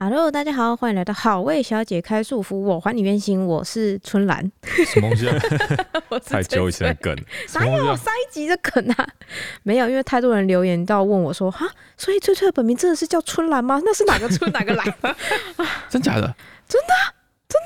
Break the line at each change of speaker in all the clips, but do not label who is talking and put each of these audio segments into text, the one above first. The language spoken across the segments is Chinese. Hello，大家好，欢迎来到好味小姐开束缚，我还你原形，我是春兰，
什么东西啊？
我是
太久以前的梗，什
哪
么东西
有
啊？
塞集的梗啊？没有，因为太多人留言到问我说，哈，所以翠翠的本名真的是叫春兰吗？那是哪个春哪个兰？
真假的？
真的
这。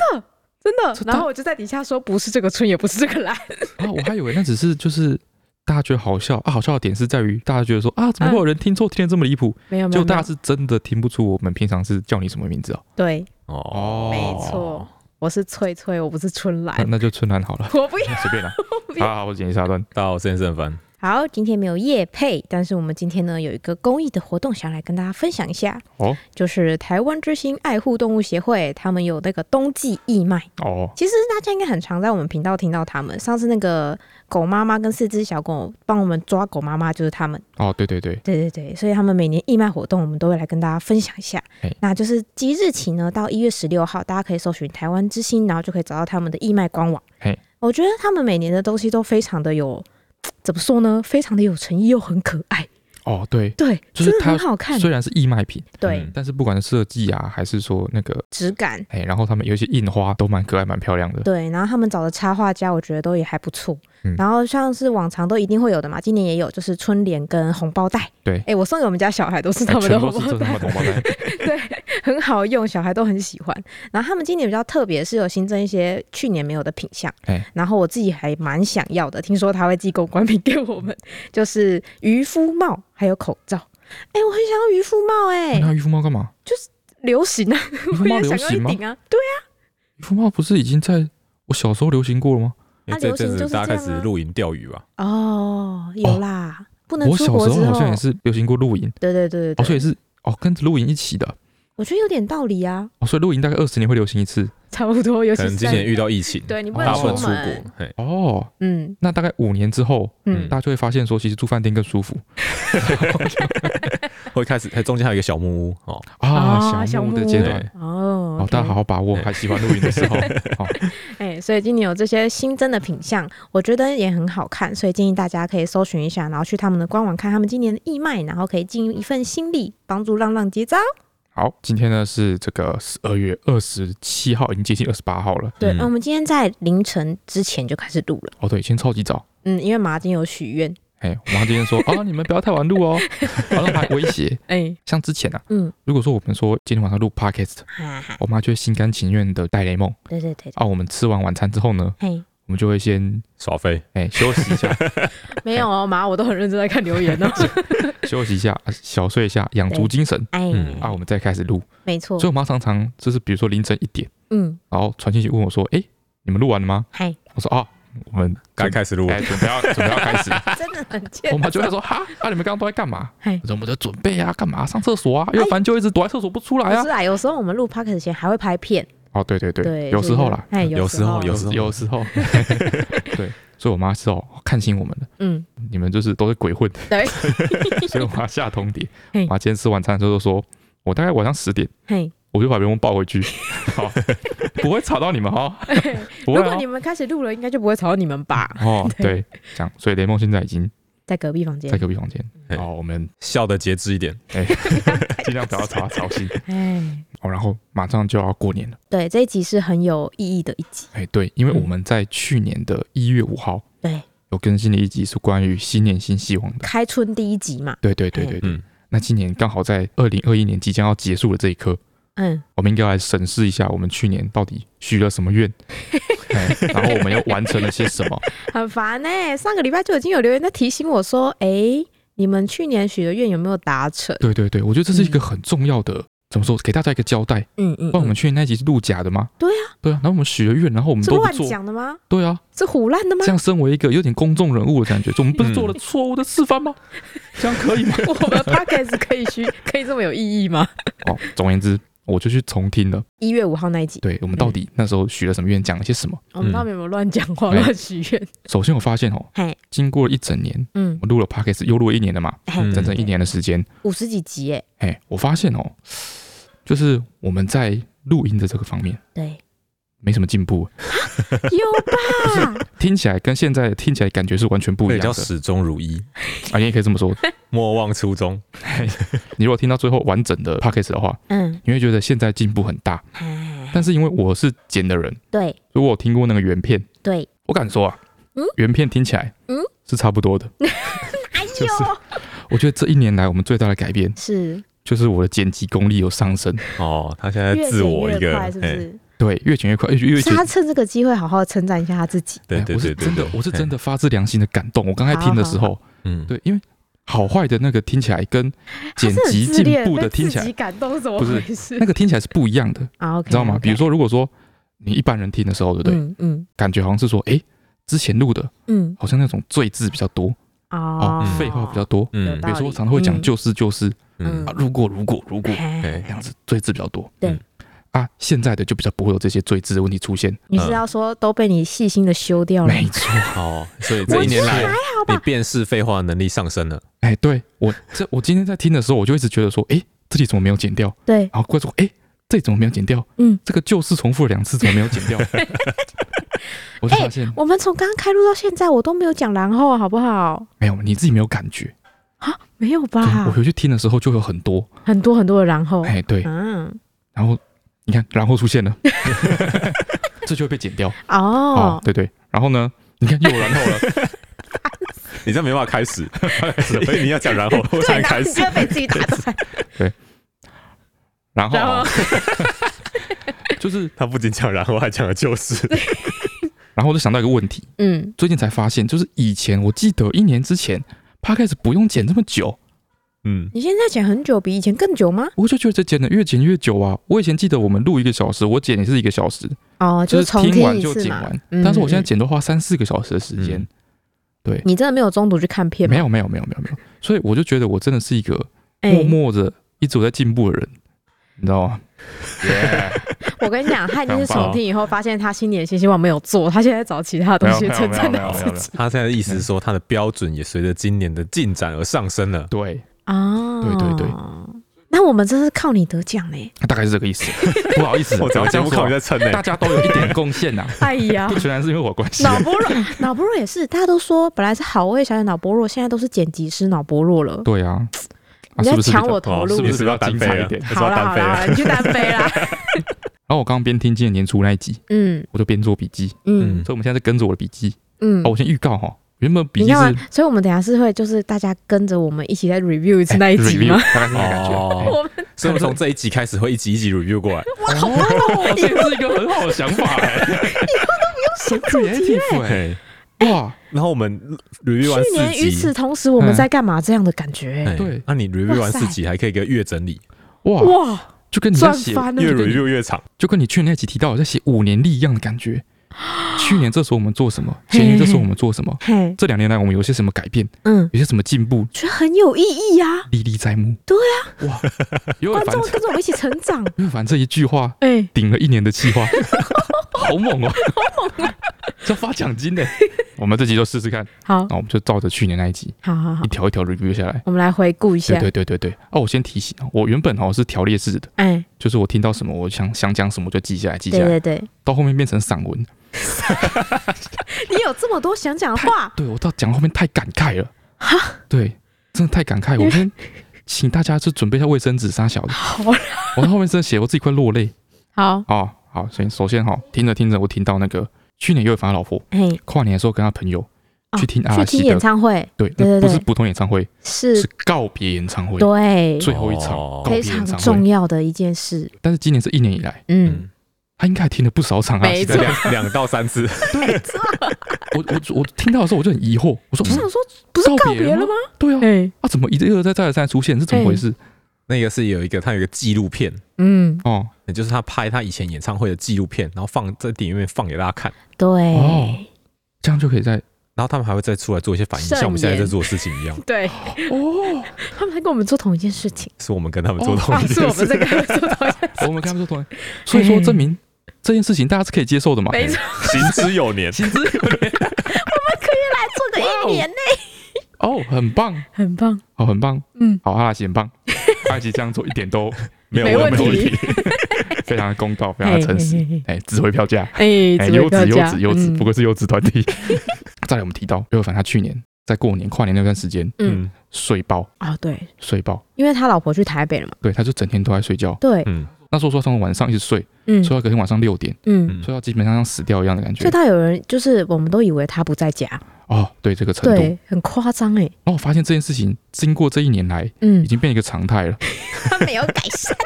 然后我就在底下说，不是这个春，也不是这个兰。
啊，我还以为那只是就是大家觉得好笑啊，好笑的点是在于大家觉得说啊，怎么会有人听错听得这么离谱？
没啊有没
就
有，没
大
有
家是真的听不出我们平常是叫你什么名字哦。
对，
哦
没错，我是翠翠，我不是春兰
那，那就春兰好了，
我不要。
随便啦。
不要
好好，我剪一下段。
大家好，我是严胜凡。
好，今天没有夜配，但是我们今天呢有一个公益的活动，想来跟大家分享一下，
哦
就是台湾之星爱护动物协会，他们有那个冬季义卖。
哦，
其实大家应该很常在我们频道听到他们。上次那个狗妈妈跟四只小狗帮我们抓狗妈妈，就是他们。
哦，对对对，
对对对，所以他们每年义卖活动，我们都会来跟大家分享一下
嘿。
那就是即日起呢，到一月十六号，大家可以搜寻台湾之星，然后就可以找到他们的义卖官网
嘿。
我觉得他们每年的东西都非常的有，怎么说呢？非常的有诚意，又很可爱。
哦对，
对，
就是
真的
它
很好看。
虽然是义卖品，
对，
嗯
但是不管是设计啊，还是说那个
质感。
哎，然后他们有一些印花都蛮可爱、蛮漂 亮的。
对，然后他们找的插画家，我觉得都也还不错。
嗯
然后像是往常都一定会有的嘛，今年也有，就是春联跟红包袋。
对
哎，我送给我们家小孩都是他
哎
们的
全
红
都是
包
这他
袋
们，的红包 袋。
很好用，小孩都很喜欢。然后他们今年比较特别，是有新增一些去年没有的品相
哎。
然后我自己还蛮想要的，听说他会寄公关品给我 们，就是渔夫帽还有口罩。哎，我很想要渔夫帽，哎，
那渔夫猫干嘛？
流行啊，
渔 夫
我
猫
也
流
想要一
行吗？
顶啊。对啊，
渔夫帽不是已经在我小时候流行过了吗？
因
啊
为这
流行
阵
就
子
是
大家开
这样
始
啊
露营钓鱼吧，
哦，有啦，不能
我
出
小
国
时候
之
好
后
像也，是流行过露营，
对对对对
哦，
对，
所以是哦跟着露营一起的，
我觉得有点道理啊，
哦，所以露营大概二十年会流行一次，
差不多，尤其
可能
是
今
在
年遇到疫情，
对你不能
大部分
出
出
门，
国，嘿，
哦，
嗯
那大概五年之后，
嗯
嗯，
大家就会发现说，其实住饭店更舒服
会开始，它中间还有一个小木屋哦，
啊
啊，
小
小
木
木
屋
的阶段。
哦
哦，
，OK
大家好好把握，还喜欢露营 的时候，好，
哎、所以今年有这些新增的品相，我觉得也很好看，所以建议大家可以搜寻一下，然后去他们的官网看他们今年的义卖，然后可以尽一份心力，帮助浪浪结招。
好，今天呢是这个十二月二十七号，已经接近二十八号了，
对，
嗯
那我们今天在凌晨之前就开始录了，
哦，对，今天超级早，
嗯，因为马丁有许愿，
哎，我妈 今天说，啊，你们不要太晚录哦，然后还威胁，
哎、
像之前啊，
嗯，
如果说我们说今天晚上录 podcast，
哈哈，
我妈就会心甘情愿的带雷梦
对对对，
啊。我们吃完晚餐之后呢，
嘿，
我们就会先
耍飞，
哎、 休息一下，
没有哦，马，我都很认真在看留言哦，
休息一下，啊小睡一下，养足精神
哎、
嗯
啊，我们再开始录。
没错
所以，我妈常常就是比如说凌晨一点，
嗯，
然后传信息问我说：“哎、你们录完了吗
嗨，？”
我说：“啊，我们
该开始录
哎、，准备要准备要开始。
真的很”贱
我，妈就会说：“哈，啊，你们刚刚都在干嘛？”
嘿哎
我说：“我们在准备啊，干嘛？上厕所啊，因为凡就一直躲在厕所不出来啊
不是。啊，有时候我们录 podcast 前还会拍片，”
哦，对对
对，
对，有时候啦，
哎，
有时候
有
有
时
时
候，
候
有时候， 对，所以我妈是哦看清我们了，
嗯，
你们就是都是鬼混。
对，
所以我妈下通牒，
嘿
我妈今天吃晚餐的时候就说，我大概晚上十点，
嘿，
我就把别人抱回去，好，不会吵到你 们哦，不会
如果你
哦，
们开始录了，应该就不会吵到你们吧？
哦，对，这样，所以雷梦现在已经
在隔壁房间
在。隔壁房间，
嘿
哦，我们
笑的节制一点，
尽量不要吵她 吵醒，
哎，
哦，然后马上就要过年了，
对，这一集是很有意义的一集。
哎，对，因为我们在去年的一月五号
嗯对，
有更新了一集是关于新年新希望的，
开春第一集嘛，
对对对对对
嗯，
那今年刚好在二零二一年即将要结束的这一刻，
嗯，
我们应该来审视一下我们去年到底许了什么 愿，哎然后我们又完成了些什么。
很烦呢、欸上个礼拜就已经有留言在提醒我说，哎、你们去年许的愿有没有达成？
对对对，我觉得这是一个很重要的，怎么说，给大家一个交代。
嗯嗯
不然我们去年那集是录假的吗？
对啊，
对啊，然后我们许了愿，然后我们
是
都不
乱
做。
讲的吗？
对啊，
是胡乱的吗
这？样身为一个有点公众人物的感觉，就我们不是
嗯
做了错误的示范 吗？这样可以吗？
我们 podcast 可以 虚，可以这么有意义吗？
哦，总而言之，我就去重听了，
一月五号那一集，
对我嗯们到底那时候许了什么愿，讲了些什么。
我们到底有没有乱讲话、
嗯
乱许愿？
首先我发现哦
嘿，
经过了一整年，
嗯，
我录了 podcast 又录了一年了嘛，
嘿
嗯
整整一年的时间。
五十几集、哎，
哎，我发现哦，就是我们在录音的这个方面，
对，
没什么进步，
有吧？
听起来跟现在听起来感觉是完全不
那
一
个
样
叫
的
始终如一，
啊！你也可以这么 说，
莫忘初衷。
你如果听到最后完整的 p o c k e t 的话，
嗯，
你会觉得现在进步很大，
哎，
但是因为我是剪的人，
对
如果我听过那个原片，
对，
我敢说啊，
嗯
原片听起来
嗯
是差不多的。
哎
是我觉得这一年来我们最大的改变
是
就是我的剪辑功力有上升，
哦，他现在
越
自
剪
我一
越
个，
快，是不
嘿
是？
对，越剪越快，越越
是
剪
他。趁这个机会好好称赞一下他自己。
对
哎
对
我
对
是
对
真的
对，，
我是
嘿
真，的发自良心的感动。我刚才听的时候，
嗯，
对，因为好坏的那个听起来跟
他
剪
是很
辑
自
进
恋
步
被
的听起
自己
来
感动，怎么
不是
回事
那？个听起来是不一样的，
啊，OK，
你知道吗？比如
OK，
说，如果说你一般人听的时候，对不对？
嗯嗯
感觉好像是说，诶，之前录的
嗯，
好像那种赘字比较多，
哦
哦，废话比较多。
有
嗯
道理
比如说，我常常会讲
嗯
就是就是
嗯
嗯
啊，如果如果如果嗯
哎
哎
这样子赘字比较多。
对
嗯啊，现在的就比较不会有这些赘字的问题出现。
你是要说都被你细心的修掉了吗？
没错，
哦，所以这一年来，你辨识废话能力上升了，
哎，对我这我今天在听的时候，我就一直觉得说，诶，这里怎么没有剪掉？
对，
然后怪说，诶，这里怎么没有剪掉？
嗯，
这个就是重复了两次，怎么没有剪掉？我就发现、
我们从刚刚开录到现在，我都没有讲然后，好不好？
没有，你自己没有感觉。
没有吧？
对我回去听的时候就有很多，
很多很多的然后，
哎，对，
嗯，
然后你看，然后出现了， 这就会被剪掉。哦
哦，，
对对，然后呢，你 看又有然后了，
你这样没办法开始， 所以你要讲然后我才能开 始
然后你就。会被自己打 断，
然后
然后
就是，
他不仅讲然后，还讲了就是，
然后我就想到一个问题，
嗯，
最近才发现，就是以前我记得一年之前 p 开始不用剪这么久，
嗯，
你现在剪很久，比以前更久吗？
我就觉得剪的越剪越久啊。我以前记得我们录一个小时，我剪也是一个小时，
哦，
就是
重
听完
一
就
次
剪
嘛
完。。
嗯
但是我现在
嗯
剪都花三四个小时的时间
嗯，
对，
你真的没有中途去看片吗？
没有没有没有没有没有，所以我就觉得我真的是一个
哎
默默的一直有在进步的人，你知道吗？
哎我跟你 讲，他一定是
想法哦
重听以后发现他心里的信息网没有做，他现在找其他东西
没有
称
没有
赞
没有
他
没有
自己
他现在的意思是说，他的标准也随着今年的进展而上升了。
对，
啊
对对对。
那我们真是靠你得奖嘞！
大概是这个意思。不好意思，
我
这
讲节
样
目看
说
我在蹭呢
大，家都有一点贡献呐，
哎呀
不，全 然是因为我关系。
脑波弱，脑波弱也是，大家都说本来是好味小姐脑波弱，现在都是剪辑师脑波弱了。
对啊，啊
你在
是不是比较
抢我头
哦
路
是不是要单飞
精彩一
了
点？
还是
好
要
啦
单
好
飞啊
啦，好啦
了？
你去单飞 啦。
然后哦我刚刚边听今年年初那一集，
嗯
我就边做笔记，
嗯
嗯
所以我们现在是跟着我的笔记。
嗯
哦，，我先预告哈，原本笔
你
记是
看嘛，所以我们等一下是会就是大家跟着我们一起再 review 一次
哎
那一集
review，
吗？
大概是那个感觉。
哦
我们
所以我们从这一集开始会一集一集 review 过来。
哇，好
哦
棒！这是一个很好的想法 哎，
先
很 creative 哎，
对，
哇，
然后我们 review 完
去年与
四
此
集，
同时我
哎
们在干嘛这样的感觉？
哎
对
那你 review 完
哇塞
四集还可以一个月整理，
哇，
哇，
就跟你在
赚
写，
翻了！
越 review 越长。
就跟你去年那集提到我在写五年历一样的感觉。去年这时候我们做什么？
嘿
前年这时候我们做什么？
嘿，
这两年来我们有些什么改变？
嗯，
有些什么进步？
觉得很有意义啊！
历历在目。
对
啊， 哇，尤
观
尔凡
众，跟着我们一起成 长，
尤尔凡这一句话
哎，
顶了一年的计 划，好猛哦，好猛啊！ 要发奖金呢。我们这集就试试看，
好，
那我们就照着去年那一集
好好好啊
一，条一条 review 下来。
我们来回顾一下
对，对对对对。哦，我先提醒啊，我原本哦是条列式的，
哎，
就是我听到什么，我想想讲什么就记下来，记下
对
来。
对 对，
到后面变成散文，
你有这么多想讲的
太
话，
对我到讲后面太感慨了，对，真的太感慨。我先请大家就准备一下卫生纸，杀小的。
好啊
我到后面真的写，我自己快落泪。
好，
哦，好，先首先哈，听着听着，我听到那个去年有凡他老婆
嘿，
跨年的时候跟他朋友
哦
去听阿
去
拉
听
西的，
演唱会
对，
对对
那不是
对
普通演唱会，
是
啊是告别演唱会，
对
最后一场
哦
告别
非
演
常
唱
重
会。
要的一件事，
但是今年是一年以来，
嗯，
嗯，
他应该还听了不少场阿拉西的。
两两到三 次，
我我我听到的时候我就很疑惑，我说
我想说不是
告
告
别
别
了
了吗？
对啊，
哎，
啊怎么一而再再而三出现是怎么回事？
那个是有一个，他有一个纪录片，
嗯，
哦，
也就是他拍他以前演唱会的纪录片，然后放在电影院放给大家看，
哦
对
这样就可 以在
然后他们还会再出来做一些反应，
盛
像我们现在
宴
在做的事情一样，
对，
哦，
他们在跟我们做同一件事情。
是我们跟他们做同
啊，
一
是
件
我们
事。
这个做到 一件事
我们跟他们说同，所以说证明这件事情大家是可以接受的嘛。
嗯没错，
行之有年，
薪资
做个一年呢，
哦，很棒
很棒。
哦，很棒，
嗯，
好，阿拉西很棒，班级这样做一点都
没有
没
问
问题
题。
非常的公 道，非常的诚实
嘿嘿嘿，
哎，指挥票价，
哎，
哎，
指
优
挥
质
票
优
价
质优质，
嗯
不愧是优质团 体。再来，我们提到刘伟凡，他去年在过年跨年那段时间
嗯，
嗯
睡爆
哦对，
睡爆，
因为他老婆去台北了嘛，
对，他就整天都在睡觉。
对，
嗯，
那时候说他从晚上一直睡，
嗯
睡到隔天晚上六点，
嗯，
睡到基本上像死掉一样的感
所
觉
以。他有人就是我们都以为他不在家，
哦，对这个程度。哦
对，很夸张哎，
然后我发现这件事情经过这一年来，
嗯
已，经变一个常态了。
他没有改善，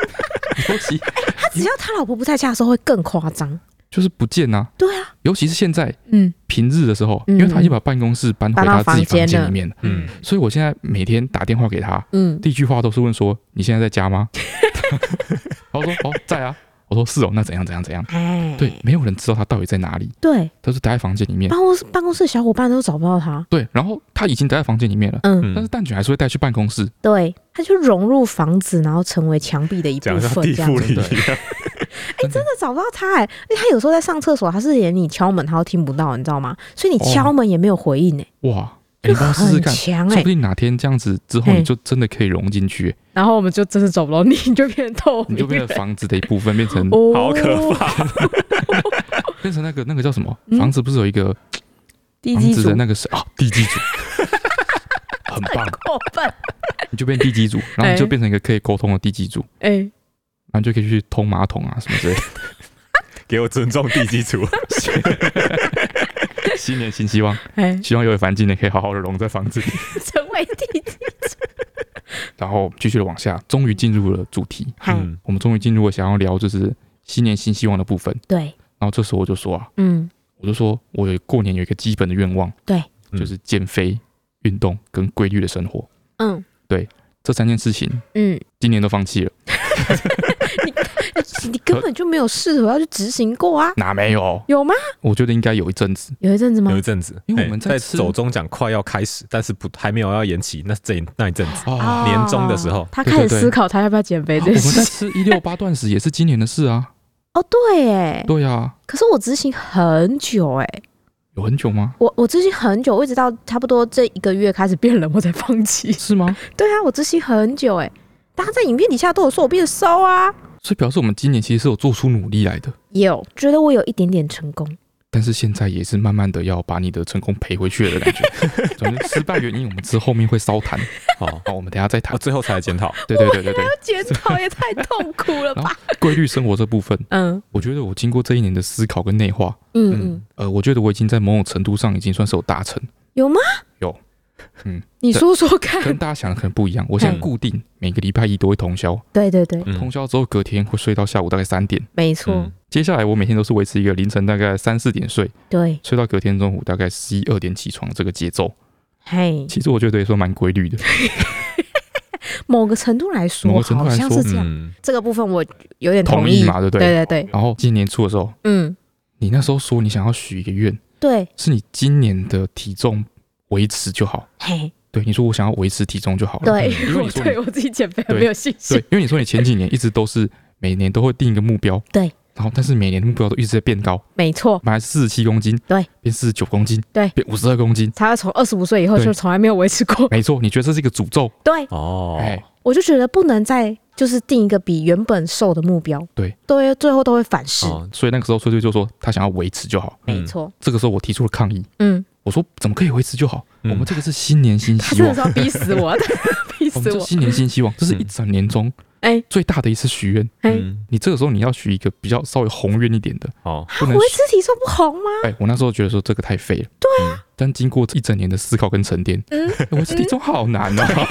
尤其
他只要他老婆不在家的时候会更夸张，
就是不见啊，
对啊，
尤其是现在
嗯
平日的时候，
嗯
因为他已经把办公室搬回
搬到
他自己
房间
房间
了
里面了，
嗯
所以我现在每天打电话给他，
嗯，
第一句话都是问说：“你现在在家吗？” 然后说：“哦，在啊。”我说：“是哦，那怎样怎样怎样
哎，？”
对，没有人知道他到底在哪里，
对，
他是待在房间里面。
办公室办公室的小伙伴都找不到他，
对，然后他已经待在房间里面了，
嗯，
但是蛋卷还是会带去办公室。
对，他就融入房子，然后成为墙壁的一部
讲得像
分，
地
这样
府
子
里一样，
真的
真的找不到他哎、而且他有时候在上厕所，他是连你敲门他都听不到，你知道吗？所以你敲门也没有回应哎、
哇，欸
就
哦你帮我试试
很
看，
强哎、
说不定哪天这样子之后，
嘿
你就真的可以融进去，
然后我们就真的找不到你，你就变成透
你就变成房子的一部分，变成
哦
好可
怕！
变成那个那个叫什么？
嗯
房子不是有一个
地
房
基
子
组
的那个是啊，地 基组，很棒，
过分
你就变地基组，然后
哎
你就变成一个可以沟通的地基组，
哎、
然后你就可以去通马桶啊什么之类的。
给我尊重地基础。
新年新希望，
哎，
希望有凡今年可以好好的融在房子 里，
成为地 基，
然后继续的往下，终于进入了主题，
嗨、
嗯
我们终于进入了想要聊就是新年新希望的部分。
对，
然后这时候我就说啊，
嗯，
我就说我有过年有一个基本的愿望，
对，
嗯
就是减肥、运动跟规律的生活
嗯
这三件事情，
嗯，
今年都放弃了，
你你根本就没有试图要去执行过啊，
哪没有？
有吗？
我觉得应该有一阵子，
有一阵子吗
有一？阵子，
因为我
哎
们在
在
吃
走中奖快要开始，但是不还没有要延期，那这一那一阵子，
哦
哦
年终的时候
他开
对
始
对对
思考他要不要减肥哎
我
这件
们
事
在
情。
吃一六八断食也是今年的事啊，
哦，对，哎，
对啊，
可是我执行很久，哎，
有很久吗？。
我我执行很久，我一直到差不多这一个月开始变冷，我才放弃
是吗？
对啊，我执行很久哎、大家在影片底下都有说我变瘦啊，
所以表示我们今年其实是有做出努力来的，
有觉得我有一点点成 功。
但是现在也是慢慢的要把你的成功赔回去了的感觉。总之，失败原因我们之后面会稍谈，
哦，
好，我们等一下再谈
我。最后才来检讨，
对对对对对，
检讨也太痛苦了
吧？规律生活这部分，
嗯
我觉得我经过这一年的思考跟内化，
嗯嗯
嗯，
呃，我觉得我已经在某种程度上已经算是有达成，
有吗？
有，嗯，
你说说看。
跟大家想的可能不一样。我现在
嗯
固定每个礼拜一都会通宵，
对对对，
嗯
通宵之后隔天会睡到下午大概三点。
没错，
嗯
接下来我每天都是维持一个凌晨大概三四点睡，
对，
睡到隔天中午大概十一二点起床这个节奏，
嘿，
其实我觉得也算蛮规律的。
某个程度来说，
某个程度来说
好像是这样。
嗯，
这个部分我有点
同
意
意嘛，对不
对
对？
对对，
然后今年年初的时候，
嗯，
你那时候说你想要许一个愿，
对，
是你今年的体重维持就好。
嘿，
对，你说我想要维持体重就好了。
对
嗯因，为
我
你说
对我自己减肥
对
没有信
对
心。，
因为你说你前几年一直都是每年都会定一个目标，
对，
然后但是每年的目标都一直在变高，
没错，
本来四十七公斤，
对，
变四十九公斤，
对
变五十二公斤，
他从二十五岁以后
对
就从来没有维持过。
没错，你觉得这是一个诅咒？
对，
哦，
哎，
我就觉得不能再就是定一个比原本瘦的目标，
对，
对，最后都会反噬，
哦，
所以那个时候翠翠就说她想要维持就好。嗯
没错，
这个时候我提出了抗议，
嗯，
我说怎么可以维持就好？
嗯
我们这个是新年新
他
希
真的
望
是，要逼死 我，他逼
我
死
们这
我，
新年新希望，这是一整年中
哎
最大的一次许愿。
哎，
嗯
你这个时候你要许一个比较稍微宏愿一点的，
哦，
不能
维
许。
持体重不红吗？
哎，我那时候觉得说这个太废了。对
啊，
但经过一整年的思考跟沉淀，
嗯，
哎维持体重好难哦。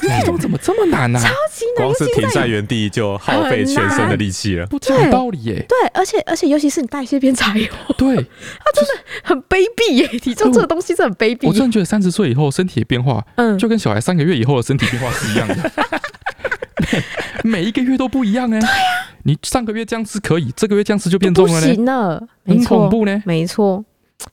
体重怎么这么难呢？啊
超级难，
光是
尤其
停在原地就耗费全身的力气了，
不讲道理耶。
对，而且而且尤其是你代谢变差以后，
对，
很卑鄙耶，体重这个东西是很卑
我真
鄙，
的觉得三十岁以后身体的变化，
嗯，
就跟小孩三个月以后的身体变化是一样 的， 每每一个月都不一样哎、对呀、你上个月这样吃可以，这个月这样吃就变
啊不
重了呢，
行了，没
很恐
错，
怖呢。然
没错，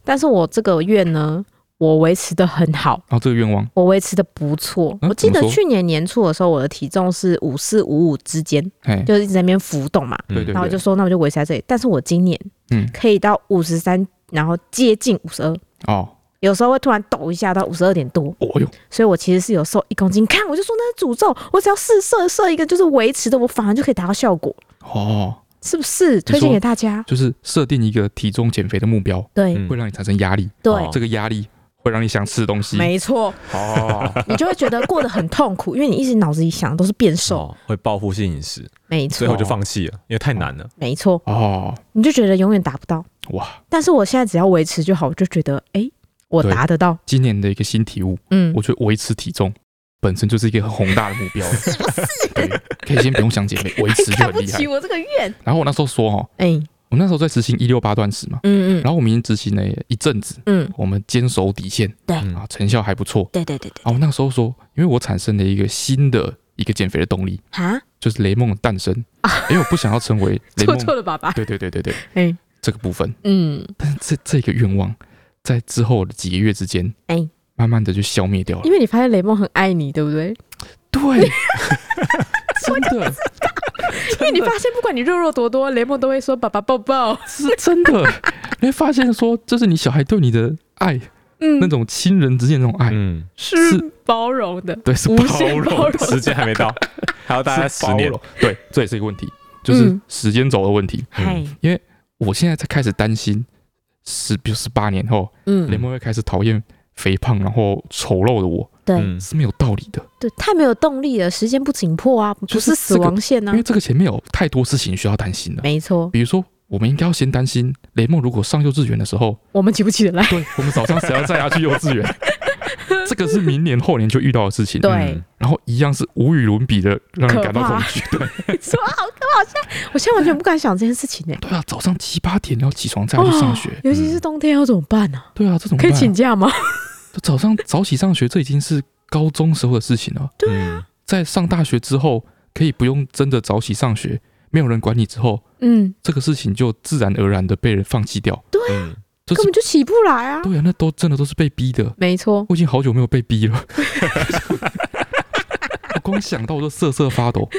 但是我这个月呢，我维持的很好。
后哦这个愿望，
我维持的不错，
嗯
我记
怎
得
么说
去年年初的时候，我的体重是五四五五之间，
哎，
就是一直在那边浮动嘛。
对对
然后我就说，那我就维持在这里。但是我今年
嗯，
可以到五十三，然后接近五十二，
哦，
有时候会突然抖一下到五十二点多，
哦哟，
所以我其实是有瘦一公斤。看，我就说那是诅咒，我只要试射射一个就是维持的，我反而就可以达到效果，
哦，
是不是？推荐给大家。
就是设定一个体重减肥的目标，
对、
嗯
会让你产生压力，
对，
哦
这个压力会让你想吃东西。
没错，
哦，
你就会觉得过得很痛苦，因为你一直脑子里想的都是变瘦。
哦，会报复性饮食，
嗯
没
最后
错，
就放弃了，因为太难了。
没错，
哦，
你就觉得永远达不到。
哇，
但是我现在只要维持就好，我就觉得哎、诶我
对
达得到。
今年的一个新体悟，
嗯，
我觉得维持体重本身就是一个很宏大的目 标，是不是？可以先不用想减肥，维持就
看
很
不
厉害
起。 我这个愿。
然后我那时候说哦，
哎、
我那时候在执行一六八断食嘛，
嗯嗯
然后我们已经执行了一阵子，
嗯，
我们坚守底线，
对
嗯
啊，成效还不错。
对对对对，
啊，我那时候说，因为我产生了一个新的一个减肥的动力，
哈，
就是雷梦的诞生，因为我不想要 成为雷
啊错
梦，
错了，爸爸。
对对对对对，
哎、
这个部分，
嗯，
但是这这个愿望在之后的几个月之间，
哎
慢慢的就消灭掉了
因。为你发现雷梦很爱你，对不 对？
对，真的
因为你发现，不管你肉肉多多，雷梦都会说“爸爸抱 抱
是真的，你会发现说，就是你小孩对你的爱，”，
嗯
那，种亲人之间的那种爱，
嗯，
是包容的，
对，是
无
包
限包容，
时间还没到， 还要大概
是
十
包
年
容。对，这也是一个问题，就是
嗯
时间轴的问题。嗯
嗨，
我现在才开始担心，十比如十八年后，雷
嗯，
蒙会开始讨厌肥胖然后丑陋的我，
对
嗯，
是没有道理的，
对，太没有动力了，时间不紧迫啊，不
就是
是死亡线呢
因为，这个前面有太多事情需要担心了。
没错，
比如说，我们应该要先担心雷梦如果上幼稚园的时候，
我们起不起得来？
对 我们早上谁要载他去幼 稚园？这个是明年后年就遇到的事情，
嗯
嗯
对，
然后一样是无与伦比的，让人
可
感到恐
怕
惧。 对
说好可怕，我现在我现在完全不敢想这件事情呢。
对啊，早上七八点要起床载他去上学，
尤其是冬天要嗯怎么办呢？
对啊，这种
可以请假吗？
早上早起上学，这已经是高中时候的事情了。
对
啊，
在上大学之后，可以不用真的早起上学，没有人管你之后，
嗯，
这个事情就自然而然的被人放弃掉。
嗯，
就
根
是
本就起不来啊。
对啊，那都真的都是被逼的。
没错，
我已经好久没有被逼了， 我光想到我就瑟瑟发抖。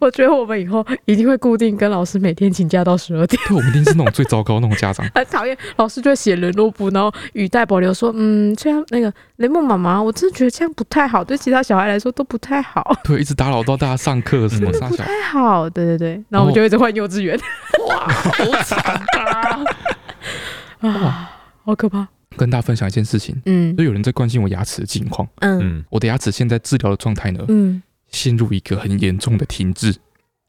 我觉得我们以后一定会固定跟老师每天请假到十二点。
对，我们一定是那种最糟糕的那种家长。
很讨厌，老师就会写联络簿，然后语带保留说，嗯，这样那个雷梦妈妈，我真的觉得这样不太好，对其他小孩来说都不太好，
对，一直打扰到大家上课什
真
么
的
啥
不
小，
太好，对对对，然后我们就一直换幼稚园，
好惨啊！
啊，好可怕，
跟大家分享一件事情，
嗯
就有人在关心我牙齿的近况。
嗯
嗯，
我的牙齿现在治疗的状态呢，
嗯，
陷入一个很严重的停滞。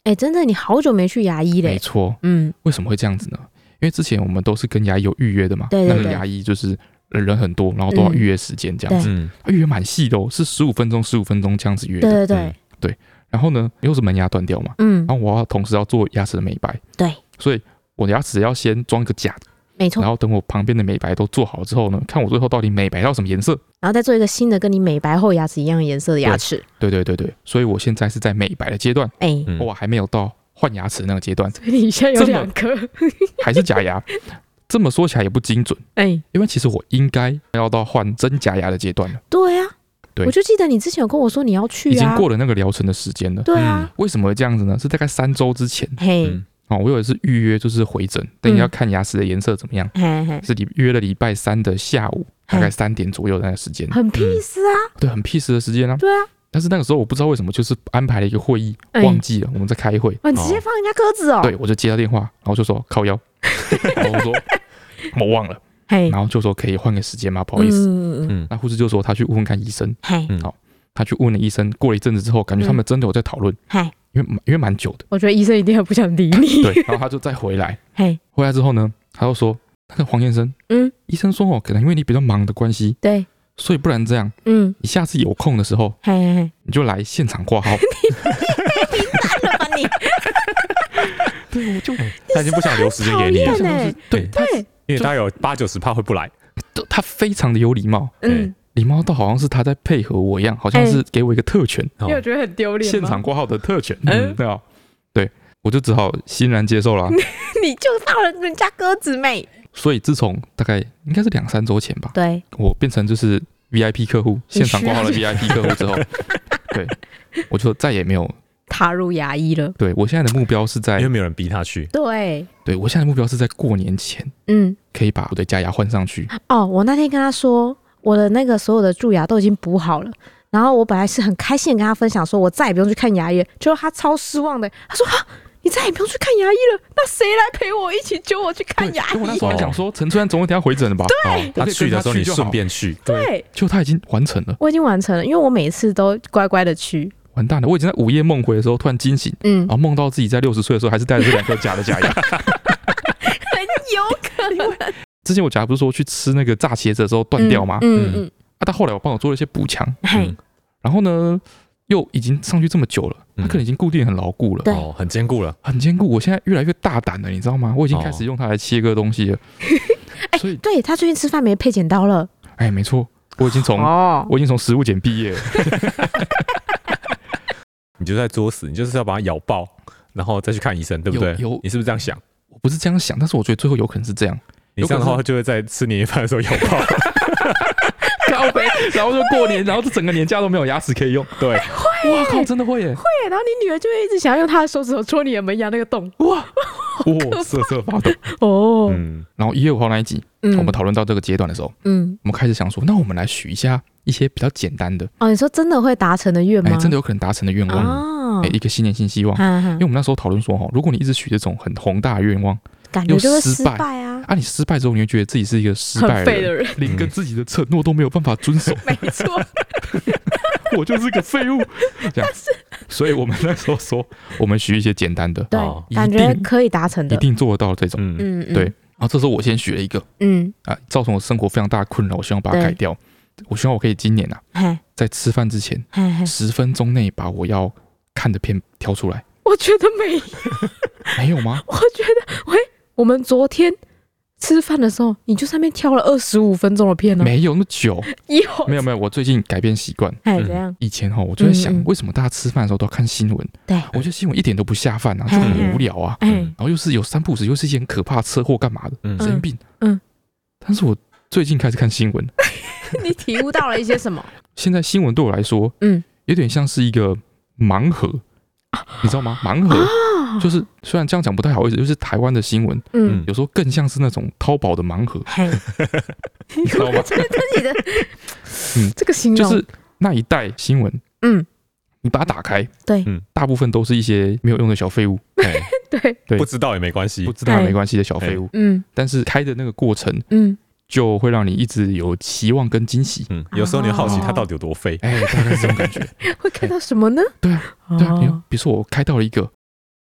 哎、真的，你好久没去牙医
没
嘞，
错，
嗯
为什么会这样子呢？因为之前我们都是跟牙医有预约的嘛，
对对
那个
对
牙医就是呃人很多，然后都要
嗯
预约时间这样子，
嗯，
啊预约蛮细的哦，是十五分钟、十五分钟这样子约
对
的。
对对，
然后呢，又是门牙断掉嘛，
嗯，
然后我要同时要做牙齿的美白，
对，
所以我的牙齿要先装一个假的，
没错
然，后等我旁边的美白都做好之后呢，看我最后到底美白到什么颜色。
然后再做一个新的跟你美白后牙齿一样颜色的牙齿，
对对对对，所以我现在是在美白的阶段，
哎、
嗯
我还没有到换牙齿那个阶段，
所以 你现在有
这么
两颗，
还是 假牙。这么说起来也不精准，
哎、
因为其实我应该要到换真假牙的阶段了，
对啊，
对
我就记得你之前有跟我说你要去
已经
啊，
过了那个疗程的时间了。
对啊，
为什么会这样子呢？是大概三周之前
嘿、
嗯
哦，我有一次预约就是回诊，但
嗯
要看牙齿的颜色怎么样，
嘿嘿，
是礼约了礼拜三的下午，
嘿
大概三点左右的那个时间，
很 peace 啊，
对，很 peace 的时间啊。
对啊。
但是那个时候我不知道为什么，就是安排了一个会议，
哎
忘记了我们在开会，
哦，你直接放人家鸽子哦。
对，我就接到电话，然后就说靠 腰，然后我说我忘了，
嘿，
然后就说可以换个时间吗？不好意
嗯嗯
思，
嗯嗯，
嗯
那护士就说他去问问看医生，
嘿
嗯
他去问了医生，过了一阵子之后，感觉
嗯
他们真的有在讨论，
嘿，
因为蛮因为 蛮久的，
我觉得医生一定很不想理你。
对，然后他就再回来，
嘿，
回来之后呢，他又说那个黄先生，
嗯，
医生说哦，可能因为你比较忙的关系，
对，
所以不然这样，
嗯，
你下次有空的时候
嘿嘿 嘿，
你就来现场挂号，
干了吧你？
对，我就
他已经不想留时间给你
讨
了
厌，啊呢？
对哎他
对，
因为大概有八九十趴会不来，
他非常的有礼貌，
嗯，
礼貌到好像是他在配合我一样，好像是给我一个特权，
哦
因为我觉得很丢脸。
现场，挂号的特权，
嗯
对啊，对，我就只好欣然接受了啊。
你就放了人家鸽子妹。
所以自从大概应该是两三周前吧，
对，
我变成就是 VIP 客户，现场挂号的
你需
VIP 客户之后，对，我就再也没有
踏入牙医了。
对我现在的目标是
哎因为
在，
没有人逼他去。
对，
对我现在的目标是在过年前
嗯，
可以把我的假牙换上去。
哦，我那天跟他说，我的那个所有的蛀牙都已经补好了。然后我本来是很开心的跟他分享，说我再也不用去看牙医了。结果他超失望的，他说：“啊，你再也不用去看牙医了，那谁来陪我一起揪我去看牙
所以我那
医
时候还想说，陈春兰总有一天要回诊的吧？
哦，他去的时候你顺便去？”，
对，
就他已经完成了，
我已经完成了，因为我每次都乖乖的去。
完蛋了！我已经在午夜梦回的时候突然惊醒，
嗯
然，后梦到自己在六十岁的时候还是戴着这两颗 假的假牙。
很 有可能
之前我假牙不是说去吃那个炸茄子的时候断掉吗？
嗯嗯
嗯，
啊，但后来我帮我做了一些补强，
嘿
嗯，
然后呢又已经上去这么久了，它
嗯
可能已经固定很牢固了，
对
哦，很坚固了。
很坚固。我现在越来越大胆了，你知道吗？我已经开始用它来切割东西了。所以，
对他最近吃饭没配剪刀了。
哎，没错，我已经从
哦，
我已经从食物检毕业了。
你就在作死，你就是要把它咬爆，然后再去看医生，对不对？
有有
你是不是这样想？
我不是这样想，但是我觉得最后有可能是这样。
你这
有
样的
可能
话就会在吃年夜饭的时候咬 爆。
靠背，然后就过年，然后这整个年假都没有牙齿可以用。
对，
哇靠，真的 会耶！
对，然后你女儿就会一直想要用她的手指头戳你的门牙那个洞。
哇，哇，瑟瑟发抖。
哦，
嗯，
然后一月五号那一集，
嗯
我们讨论到这个阶段的时候，
嗯，
我们开始想说，那我们来许一下一些比较简单的，
哦，你说真的会达成的愿
哎
吗？，
真的有可能达成的愿望，
哦
哎，，一个新年新希望。
哈哈
因为我们那时候讨论说，哈，哦如果你一直许这种很宏大的愿望，
感觉就会
又失
失
败
败啊，
啊，你失败之后，你会觉得自己是一个失败
很废
人，
的人，
连跟自己的承诺都没有办法遵 守，
没错，
我就是个废物。这样，所以我们那时候说，我们许一些简单的，
对
哦，
一
感觉
定
可以达成
一
的。
定做得到的这种。
嗯，
嗯，嗯
对，，然后啊这时候我先许了一个
嗯，
啊，造成我生活非常大的困扰，我希望把它
对
改掉。我希望我可以今年啊，
嘿，
在吃饭之前
嘿，嘿，
十分钟内把我要看的片挑出来，
我觉得没， ？
没有吗
我觉得，喂，我们昨天吃饭的时候，你就上面挑了二十五分钟的片呢，哦
没有那么 久，
有，
没有，没有。我最近改变习惯，
哎，
嗯
怎样？
以前哈我就在
嗯
想
嗯，
为什么大家吃饭的时候都要看新闻？
对
我觉得新闻一点都不下饭啊，就很无聊啊。
哎，
然后又是有三不五时，又是一些很可怕的车祸干嘛的，
嗯
生病。
嗯，
但是我最近开始看新闻，
你体悟到了一些什么？
现在新闻对我来说，
嗯，
有点像是一个盲盒，你知道
啊
吗？盲盒、就是虽然这样讲不太好意思，就是台湾的新闻
嗯，
嗯
有时候更像是那种淘宝的 盲盒，
嘿，
你知道吗？
自己的，
嗯
这个形
就
容，
是那一代新闻，
嗯，
你把它打开，
对
嗯
大部分都是一些没有用的小废物，
哎
对，
对
不知道也没关系
不。知道
对
也没关系的小废物，
嗯
但是开的那个过程
嗯，
就会让你一直有期望跟惊喜。
嗯，有时候你好奇
哦
它到底有多废。
哎，大概是这种感觉。
会看到什么呢？
对啊，对
哦
啊，你看，比如说我开到了一个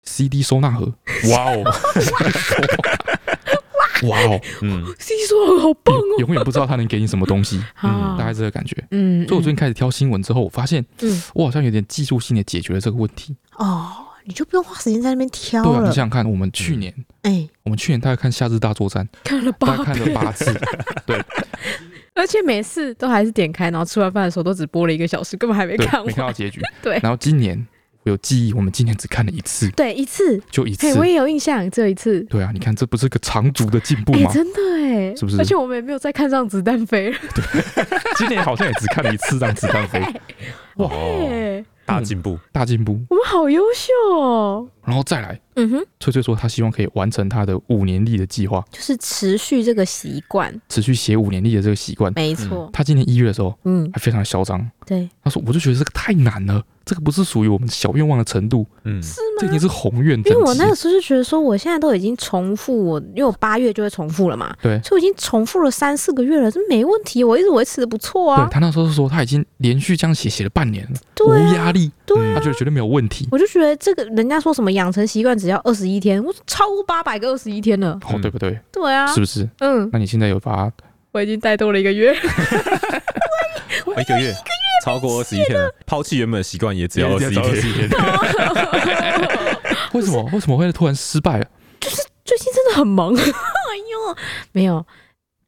CD 收纳盒， 哇哦，哇哦，
嗯，
C 说好棒
你
哦，
永远不知道它能给你什么东 西，嗯
啊
大概这个感觉。
嗯，
所以我最近
嗯
开始挑新闻之后，我发现
嗯
我好像有点技术性的解决了这个问题。
哦，你就不用花时间在那边挑
对啊，
了
你想，想看，我们去年，
哎，
我们去年大概看《夏日大作战
看了》，八
大概看了八 次，
而且每次都还是点开，然后吃完饭的时候都只播了一个小时，根本还没
对
看，完。
没
哎
看到 结局。
对
然后今年我有记忆，我们今年只看了一次，
对，一次，
就一
嘿，
次
我。也有印象，只有一次。
对啊，你看这不是个长足的进步
哎、
吗？
真的哎，
是不是
而且我们也没有再看上子弹飞了。
今年好像也只看了一次《让子弹飞》，哇
哦，
哎，
大进步。
大进步。
我们好优秀哦。
然后再来，
嗯哼，
翠翠说她希望可以完成她的五年历的计划，
就是持续这个习惯，
持续写五年历的这个习惯。
没
错。
她今年一月的时候
嗯，
还非常嚣张，
对，
她说：“我就觉得这个太难了，这个不是属于我们小愿望的程度，
嗯，
是
这已经
吗？
是宏愿
因
等
为我
级
那。个时候就觉得说，我现在都已经重复我，因为我八月就会重复了嘛，”
对，
所以我已经重复了三四个月了，这没问题，我一直维持的不错
对
啊。
她那时候是说她已经连续这样写写了半年了，
对
无
啊，
压力，
对啊
她觉得绝对没有问题。
我就觉得这个人家说什么养成习惯只要二十一天，我超过八百个二十一天了。
哦，
嗯
对不对？
对啊，
是不是？
嗯，
那你现在有把它
我已经怠惰了一个月。
一个月超过二十一天了，抛弃原本的习惯也只要二十一天。
天？ 为什么？为什么会突然失败啊了？
最近真的很忙， 哎呦，没有，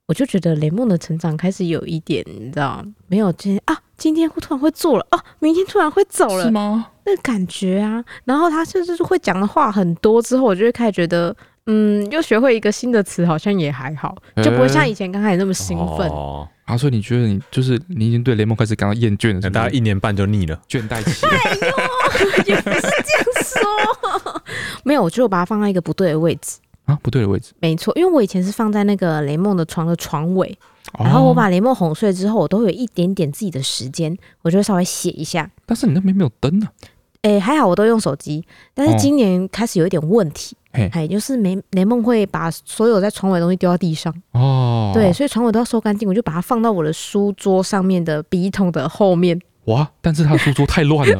我就觉得雷梦的成长开始有一点，你知道，没有今天啊，今天会突然会做了，哦、明天突然会走
是
了，
吗？
那感觉啊。然后他甚至是会讲的话很多，之后我就会开始觉得，嗯，又学会一个新的词，好像也还好，就不
嗯
会像以前刚开始那么兴奋。
哦，
啊，所以你觉得你就是你已经对雷蒙开始感到厌倦了，是
那
不
哎大概
是？
一年半就腻了。
倦怠期了，
哎呦，也不是这样说。没有，我就把它放在一个不对的位置。
啊，不对的位置。
没错，因为我以前是放在那个雷梦的床的床尾，
哦
然后我把雷梦哄睡之后，我都会有一点点自己的时间，我就会稍微写一下。
但是你那边没有灯啊，
诶，还好我都用手机，但是
哦嗯
今年开始有一点问题，
嘿，
哎、就是雷雷梦会把所有在床尾的东西丢到地上，
哦，
对，，所以床尾都要收干净，我就把它放到我的书桌上面的笔筒的后
嗯
面。
哇，但是他的书桌 太乱了，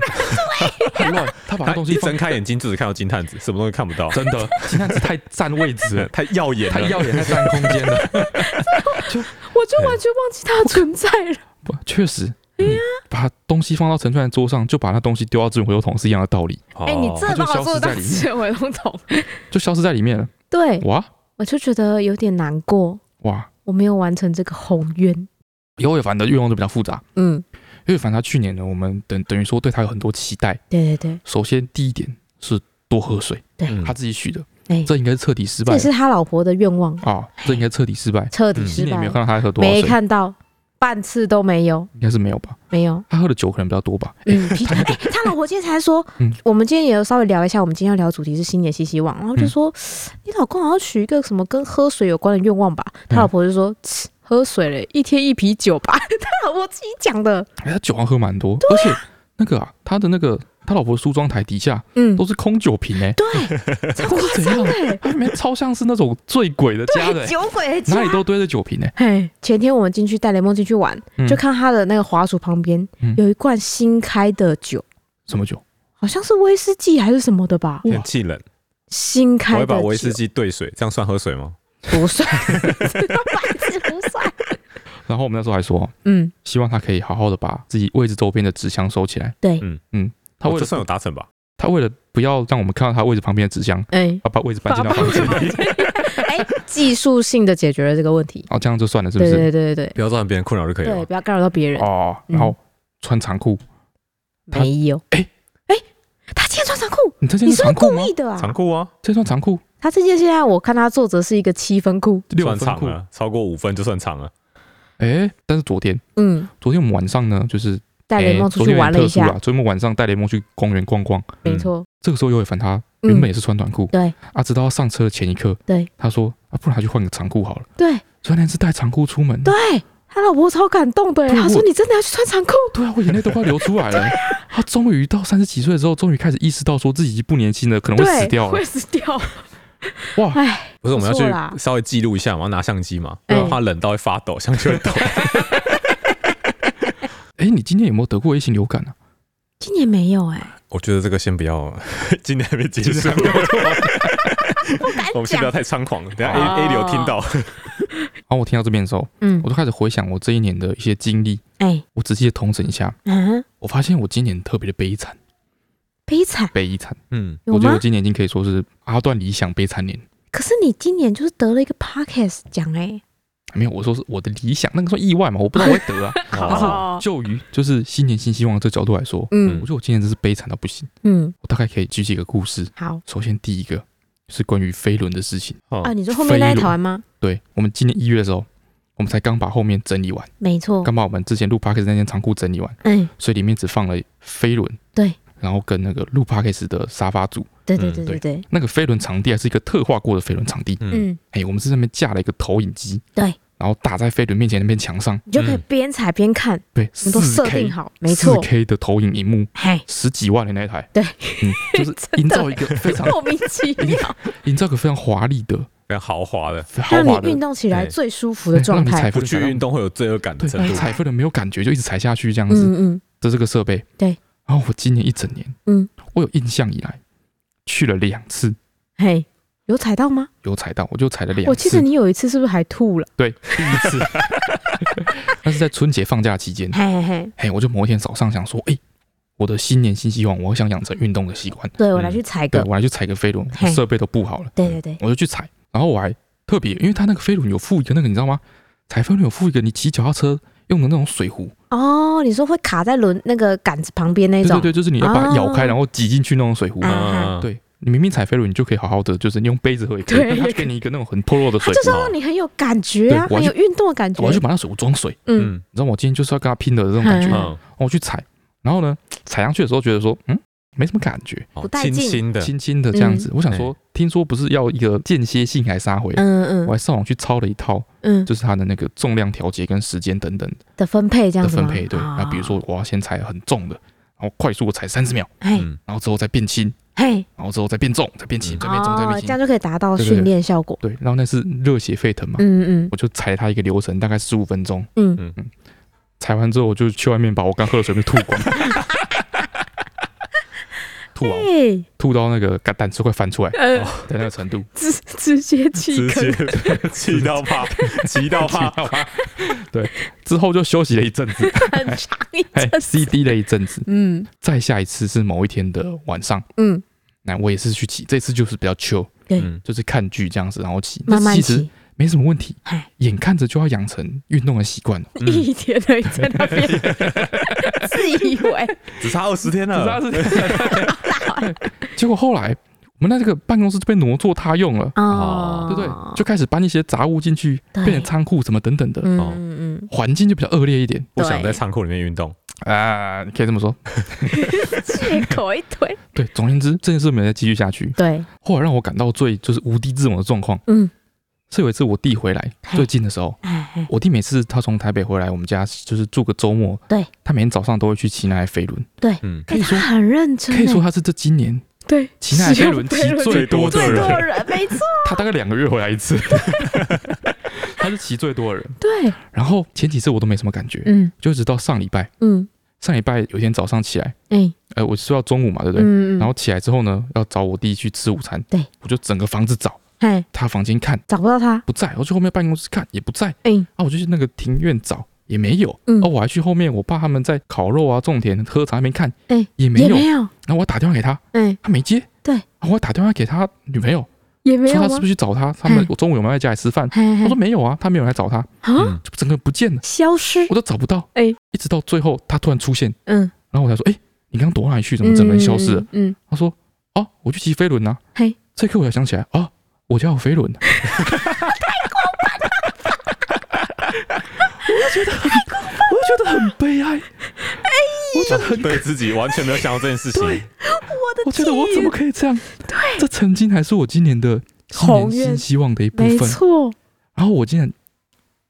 太乱，他把
他
他东西放
睁开眼睛，只看到金探子，什么东西看不到，
真的，金蛋子太占位置 了，
太耀眼
太
了，
耀眼，太占空间了，
我就完全忘记它的存在了。
不，确实。你把东西放到陈川的桌上，就把那东西丢到资源回收桶是一样的道理，
哦。
哎、你这
它就
帮我
消
做
失在
到
里面
水回龙桶，
就消失在里面了。
对
哇
我就觉得有点难过，
哇，
我没有完成这个宏愿。
尤伟凡的愿望就比较复杂。
嗯，
尤伟凡他去年呢，我们等等于说对他有很多期待。
对对对
首先第一点是多喝水，
对，
嗯
他自己许的，
哎、
这应该是彻底失败
这也
了
是他老婆的愿望，
啊，这应该彻底失败。
彻底
嗯
失
今年
败
没有
了，
看到他喝多少
没
水，
看到半次都没有，
应该是没有吧？
没 有。
他喝的酒可能比较多吧？
嗯，啤酒。哎、他老婆今天才说，
嗯
我们今天也有稍微聊一下，我们今天要聊的主题是新年新希望，然后
嗯
就说、你老公好像许一个什么跟喝水有关的愿望吧？
嗯
他老婆就说，切喝水嘞，一天一啤酒吧。 他老婆自己讲的，
哎，他酒好像喝蛮多，而且那个啊，他的那个他老婆梳妆台底下
嗯，
都是空酒瓶 哎、
对，超夸
是怎
张
样
的、
他里面超像是那种醉鬼的家的、
对，
欸，
酒啊鬼的家
哪里都堆着酒瓶哎、
嘿，前天我们进去带雷梦进去玩，
嗯
就看他的那个滑鼠旁边、
嗯
有一罐新开的酒，
什么酒？
好像是威士忌还是什么的吧？
天气冷，
新
我
开
会
的
把
酒
威士忌兑水，这样算喝水吗？
不算，白痴不算。
然后我们那时候还说，
嗯，
希望他可以好好的把自己位置周边的纸箱收起来。
对
嗯
嗯，他
哦
为
这
了、
算有达成吧？
他为了不要让我们看到他位置旁边的纸箱，
哎、
他把位置搬进到房间 里。
哎、技术性的解决了这个问题。
哦，这样就算了，是不
对
是？
对对对对
不要造成别人困扰就可以了
对，嗯
吗。
不要干扰到别人。
哦，然后穿长裤，他
没有。
哎
哎、他今天穿长裤，
你这件
你
是
是不是
长裤
故
吗？
意的
长
啊？
裤啊，
这算长裤，
他这件现在我看他作者是一个七分裤。
六
算
分
长
裤。
了，超过五分就算长了。
哎、但是昨天，
嗯，
昨天我们晚上呢，就是
带雷梦
哎
出去玩了一下，
昨天有点特殊啦昨天我们晚上带雷梦去公园逛逛，
没错。
这个时候尤伟凡他
嗯
啊原本也是穿短裤，
对
啊，直到他上车的前一刻，
对
他说啊，不然他去换个长裤好了。
对，
所以那天是带长裤出门的。
对他老婆超感动的耶，欸
对
他
我
说：“你真的要去穿长裤
对啊，我眼泪都快流出来了。 他终于到三十几岁之后，终于开始意识到说自己不年轻了，可？”能会
对，
死掉欸了哎
会。死掉。
哇
哎，
不是，我们要
不错啦
去稍微记录一下嘛，拿相机嘛，
哎
不然怕冷到会发抖，相机会 抖。
哎，你今天有没有得过一型流感啊？
今年没有哎，
我觉得这个先不要， 今天还没结束，
不敢
我们先不要
讲。
太猖狂，等下
哦
A A 流听到。
然后我听到这边的时候，
嗯
我，就开始回想我这一年的一些经历，
哎，
我仔细的统整一下，
嗯，
我发现我今年特别的悲惨，
悲惨
悲惨。
嗯，
有
我觉得
吗
我？今年已经可以说是阿段理想悲惨年。
可是你今年就是得了一个 podcast 奖哎，
没有，我说是我的理想，那个算意外嘛？我不知道我会 得啊。
嗯
但是
哦
就于就是新年新希望这角度来说，我
嗯
觉得我今年真是悲惨到不行。
嗯，
我大概可以举几个故事。
好
首先第一个是关于飞轮的事情。
哦
啊，你说后面那一
飞轮
团吗？
对我们今年一月的时候，我们才刚把后面整理完，
没错，
刚把我们之前录 podcast 那间仓库整理完，
哎，
所以里面只放了飞轮，
对，
然后跟那个录 podcast 的沙发组，
对对
嗯
对对
对
对，
那个飞轮场地还是一个特化过的飞轮场地，
嗯，
嗯，
哎，我们是那边架了一个投影机，
对，
然后打在飞轮面前那边墙上，
你就可以
嗯
边踩边看，
对，
我们都
四
设定
K，
好，没错
四，K 的投影荧幕，
嘿，
十几万的那一台，
对哦
嗯， 就是 营造一个非常
莫名其妙，
营造一个非常华丽的
非常豪华的，
豪
让
华
你
的
运。动起来
哎
最舒服
对
的状
让你
态
踩，
不去运
动，
动会有罪恶感的
对，
程
让你
度。
踩飞轮没有感觉，就一直踩下去这样子。
嗯嗯
这是个设备。
对，
然后我今年一整年，
嗯，
我有印象以来去了两次，
嘿，有踩到吗？
有踩到，我就踩了两次。
我记得你有一次是不是还吐了？
对第一次， 但是在春节放假期间，
嘿嘿嘿，
嘿，我就某一天早上想说，哎、我的新年新希望，我想养成运动的习惯，
对我
嗯
来去踩
对
个，
我来去踩个飞轮，
嘿
设备都布好了，
对对对，
我就去踩，然后我还特别，因为它那个飞轮有附一个那个，你知道吗？踩飞轮有附一个你骑脚踏车用的那种水壶，
哦，你说会卡在轮那个杆子旁边那
对
种
对，对，就是你要把它咬开，
哦
然后挤进去那种水壶。
啊
嗯，
对你明明踩飞轮，你就可以好好的，就是你用杯子喝也可
对
以，他就给你一个那种很 polo 的
它
水
就是
壶
要让你很有感觉啊，
对
很
我要去
有运动的感觉
我。要去把那水壶装水，
嗯，
嗯
你知道吗我今天就是要跟他拼的这种感觉，
嗯
然后我去踩，然后呢，踩上去的时候觉得说，嗯，没什么感觉，
不
哦
带
轻
劲
轻的，
轻轻的这样子。我想说，听说不是要一个间歇性还杀回，
嗯
我
嗯
还上网去抄了一套，
嗯
就是它的那个重量调节跟时间等等
的分配这样
的
子吗
分配。对，那比如，
啊
说我要先踩很重的，然后快速我踩三十秒，
嘿
嗯，
然后之后再变轻，
嘿，
然后之后再变重，再变轻，再变重，再
哦
变
这样
轻。
就可以达到
对啊对对
训练效果。
对，然后那是热血沸腾嘛，
嗯嗯
我就踩它一个流程，大概十五分钟。
嗯
嗯
踩完之后，我就去外面把我刚喝的水被吐光，吐完
嘿，
吐到那个肝胆汁快翻出来的
呃，
那个程度。
直直接弃
直
坑，
接气到怕，气到怕，
对，之后就休息了一阵 子，
很长一
哎
阵 子。
，CD 了一阵子。
嗯
再下一次是某一天的晚上，
嗯，
那我也是去骑，这次就是比较 chill，
对，
嗯
就是看剧这样子，然后骑，
慢慢
其实
骑，
没什么问题
嗨，
眼看着就要养成运动的习惯了。
嗯
一天而已，在那 边自以为
只差二十
嗯
天了，
只是他 是结果后来我们那这个办公室就被挪作他用了，
哦，
对不对？就开始搬一些杂物进去，
对
变成仓库什么等等的，
嗯
哦
嗯嗯，
环境就比较恶劣一点
不想在仓库里面运动，
啊，你可以这么说。
借口一堆，
对，总而言之，这件事没有再继续下去。
对，
后来让我感到最就是无地自容的状况，
嗯，
是有一次我弟回来
嘿
最近的时候，
哎哎，
我弟每次他从台北回来，我们家就是住个周末，
对，
他每天早上都会去骑那台飞轮，
嗯，
可以说
他很认真
可以
欸，
说他是这今年
对，
骑那台飞轮骑
使用飞轮
最多的
最
人
多，人，没错，
他大概两个月回来一次， 他是骑最多的人。
对，
然后前几次我都没什么感觉，
嗯
就一直到上礼拜，
嗯，
上礼拜有一天早上起来，
哎，
呃，我睡到中午嘛，对不对？
嗯，
然后起来之后呢，要找我弟去吃午餐，
对，
我就整个房子找，
哎，
他房间看
找不到他，
不在，然后去后面办公室看也不在，
哎，
啊，我就去那个庭院找也没有，
嗯
哦，我还去后面我爸他们在烤肉啊、种田、喝茶那边看，
哎
也没
也
有，
没有，
然后我打电话给他，
哎，
他没接，
对
啊，我打电话给他女朋友，
也没
说
有吗
他是不？是去找他，他们
嗯
我中午有没有在家里吃饭？
嘿
他
嘿
说没有啊，他没有来找他，
啊，
嗯
就整个不见了，
消失
我，都找不到，
哎
一直到最后他突然出现，
嗯，
然后我才说，哎，你刚刚躲到哪里去？怎么整个人消失了？
嗯？嗯，
他说，哦，我去骑飞轮啊，
嘿，
这一刻我才想起来，哦，我家有飞 轮，我就觉得很悲哀，我觉得很
对自己完全没有想到这件事情，
对我
我的
觉得我
天
怎么可以这样？对，这曾经还是我今年的新年
宏愿
新希望的一部
没
分，
错，
然后我竟然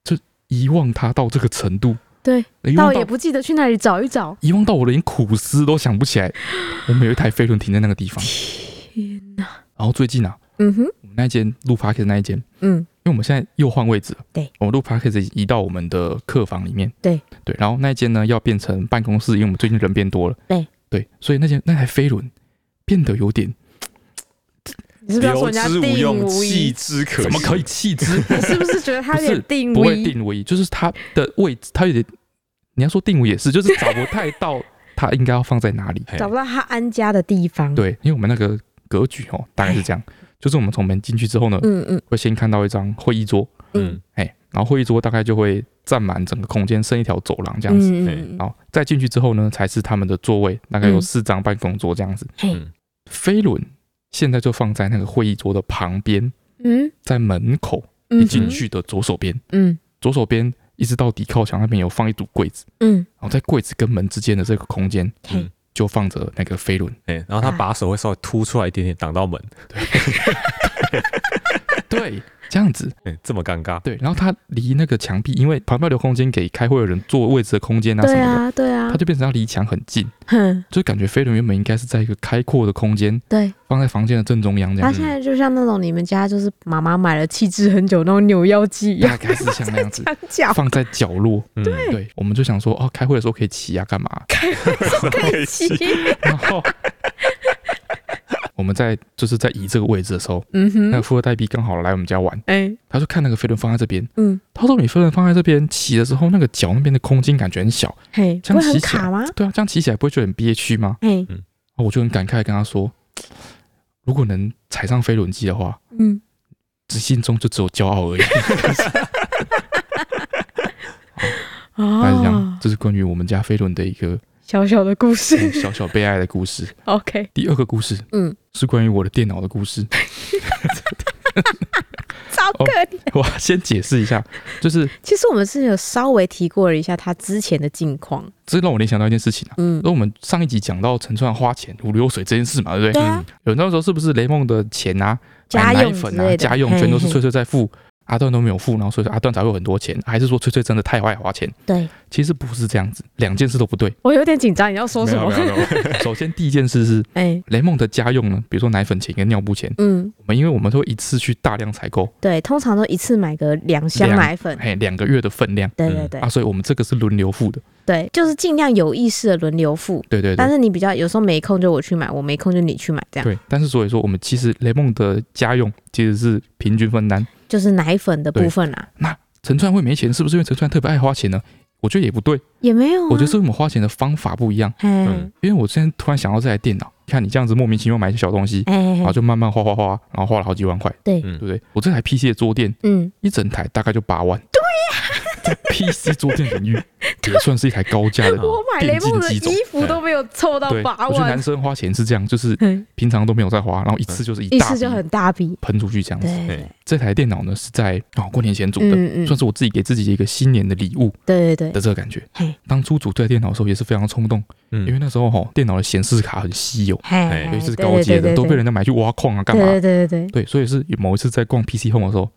就遗忘它到这个程度，
对，
遗
倒
忘
也
到
不记得去哪里找一找。
遗忘到我连苦思都想不起来。我们有一台飞轮停在那个地方，
天哪，
然后最近啊，
嗯哼，
我们那一间录 p a r k 那一间，因
嗯，
为我们现在又换位置了，
对，
我们录 p a r k 移到我们的客房里面，
对
对，然后那一间呢要变成办公室，因为我们最近人变多了，
对
对，所以那间那台飞轮变得有点
你是不是要说
留
人家
之无
定
用，
无
弃
疑？
之可惜
怎么可以？弃 之？
你是不是觉得他有点
不是
定
不会
位？
定位，就是它的位置，它有点，你要说定位也是，就是找不太到它应该要放在哪里。
嘿
找不到他安家的地方。，
对，因为我们那个格局哦，大概是这样，就是我们从门进去之后呢，
哎嗯嗯
会先看到一张会议桌，
嗯，
哎，然后会议桌大概就会占满整个空间，剩一条走廊这样子。
嗯
嘿
嗯嗯，
然后再进去之后呢，才是他们的座位，大概有
嗯
四张办公桌这样子。
嘿
嗯，
飞轮现在就放在那个会议桌的旁边，
嗯
在门口
嗯，
一进去的左手边，
嗯，
左手边一直到底靠墙那边有放一堵柜子。
嗯
然后在柜子跟门之间的这个空间
嗯，嘿
嗯，
就放着那个 飞轮。
哎，然后
啊
他把手会稍微凸出来一点点，挡到门，
对，这样子。
哎，这么尴尬，
对，然后它离那个墙壁，因为旁边留空间给开会的人坐位置的空间啊什
对
么的，
啊对啊
它，就变成要离墙很近，
哼，
就感觉飞轮原本应该是在一个开阔的空间，
对，
放在房间的正中央这
他
样。
现在就像那种你们家就是妈妈买了气质很久那种扭腰机一样，
大概是像那 样子，
墙角
放在角 落。
嗯，
对，我们就想说，哦，开会的时候可以骑啊，干嘛、
可以骑。
然后我们在就是在移这个位置的时候，
嗯
那个
哼，
富二代 B 刚好来我们家玩，
哎，
他就看那个飞轮放在这边，
嗯，
他说你飞轮放在这边骑的时候，那个脚那边的空间感觉很小，
嘿，
这
不
样
会很
骑起来
卡吗？
对啊，这样骑起来不会觉得很憋屈吗？
哎，
然哦后我就很感慨地跟他说，如果能踩上飞轮机的话，
嗯，
只心中就只有骄傲而已。
哦
大概是这样
哦，，
这是关于我们家飞轮的 一个
小小的故事
嗯小小悲哀的故事。
，OK，
第二个故事，
嗯，
是关于我的电脑的故事。
好可怜。
我先解释一下，就是
其实我们是有稍微提过了一下他之前的近况，
这让我联想到一件事情啊。
嗯
因，为我们上一集讲到陈川花钱如流水这件事嘛，对不对？
对啊，
有那时候是不是雷梦的钱啊、
家
买
用
奶
之
粉
类
啊、
的
家用全都是
嘿嘿
翠翠在付，阿段都没有付，然后所以说阿段才会有很多钱，还是说翠翠真的太爱花钱？
对
其实不是这样子，两件事都不对。
我有点紧张，你要说什么？
没有没有没有
首先第一件事是
哎、
雷梦的家用呢，比如说奶粉钱跟尿布钱，
嗯，
我们因为我们都会一次去大量采购，
对，通常都一次买个两箱
两
奶粉，
嘿，两个月的分量
对
嗯
对对、
啊，所以我们这个是轮流付的，
对，就是尽量有意识的轮流付。
对对对
但。是你比较有时候没空就我去买，我没空就你去买，这样
对，但是所以说，我们其实雷梦的家用其实是平均分担。
就是奶粉的部分啊啦，
陈川会没钱，是不是因为陈川特别爱花钱呢？我觉得也不对，
也没有、啊。
我觉得是我们花钱的方法不一样。
嘿，
嗯
因为我现在突然想到这台电脑，看你这样子莫名其妙买一些小东西，
哎、
然后就慢慢花花花，然后花了好几万块，
对
对不对？我这台 PC 的桌垫
嗯，
一整台大概就八万，对呀、在 PC 桌垫领 域也算是一台高价的
我
买
啊电竞机种。哎
服没有凑到
对，我觉得 男生花钱是这样，就是
嗯
平常都没有在花，然后一次就是一
一
大
次
笔
就很大笔，
喷出去这样
对
子。
对
哎
这台电脑呢是在哦过年前组的，
嗯嗯，
算是我自己给自己的一个新年的礼物
对对对，
的这个感觉
嘿。
当初组这台电脑的时候也是非常冲动，
嗯
因为那时候哈、电脑的显示卡很稀有，
嘿，
哎尤其是
对
高阶的，
哎对对对
都被人家买去挖矿啊，干嘛？
对对对对对，
对，所以是某一次在逛 PC Home 的时候，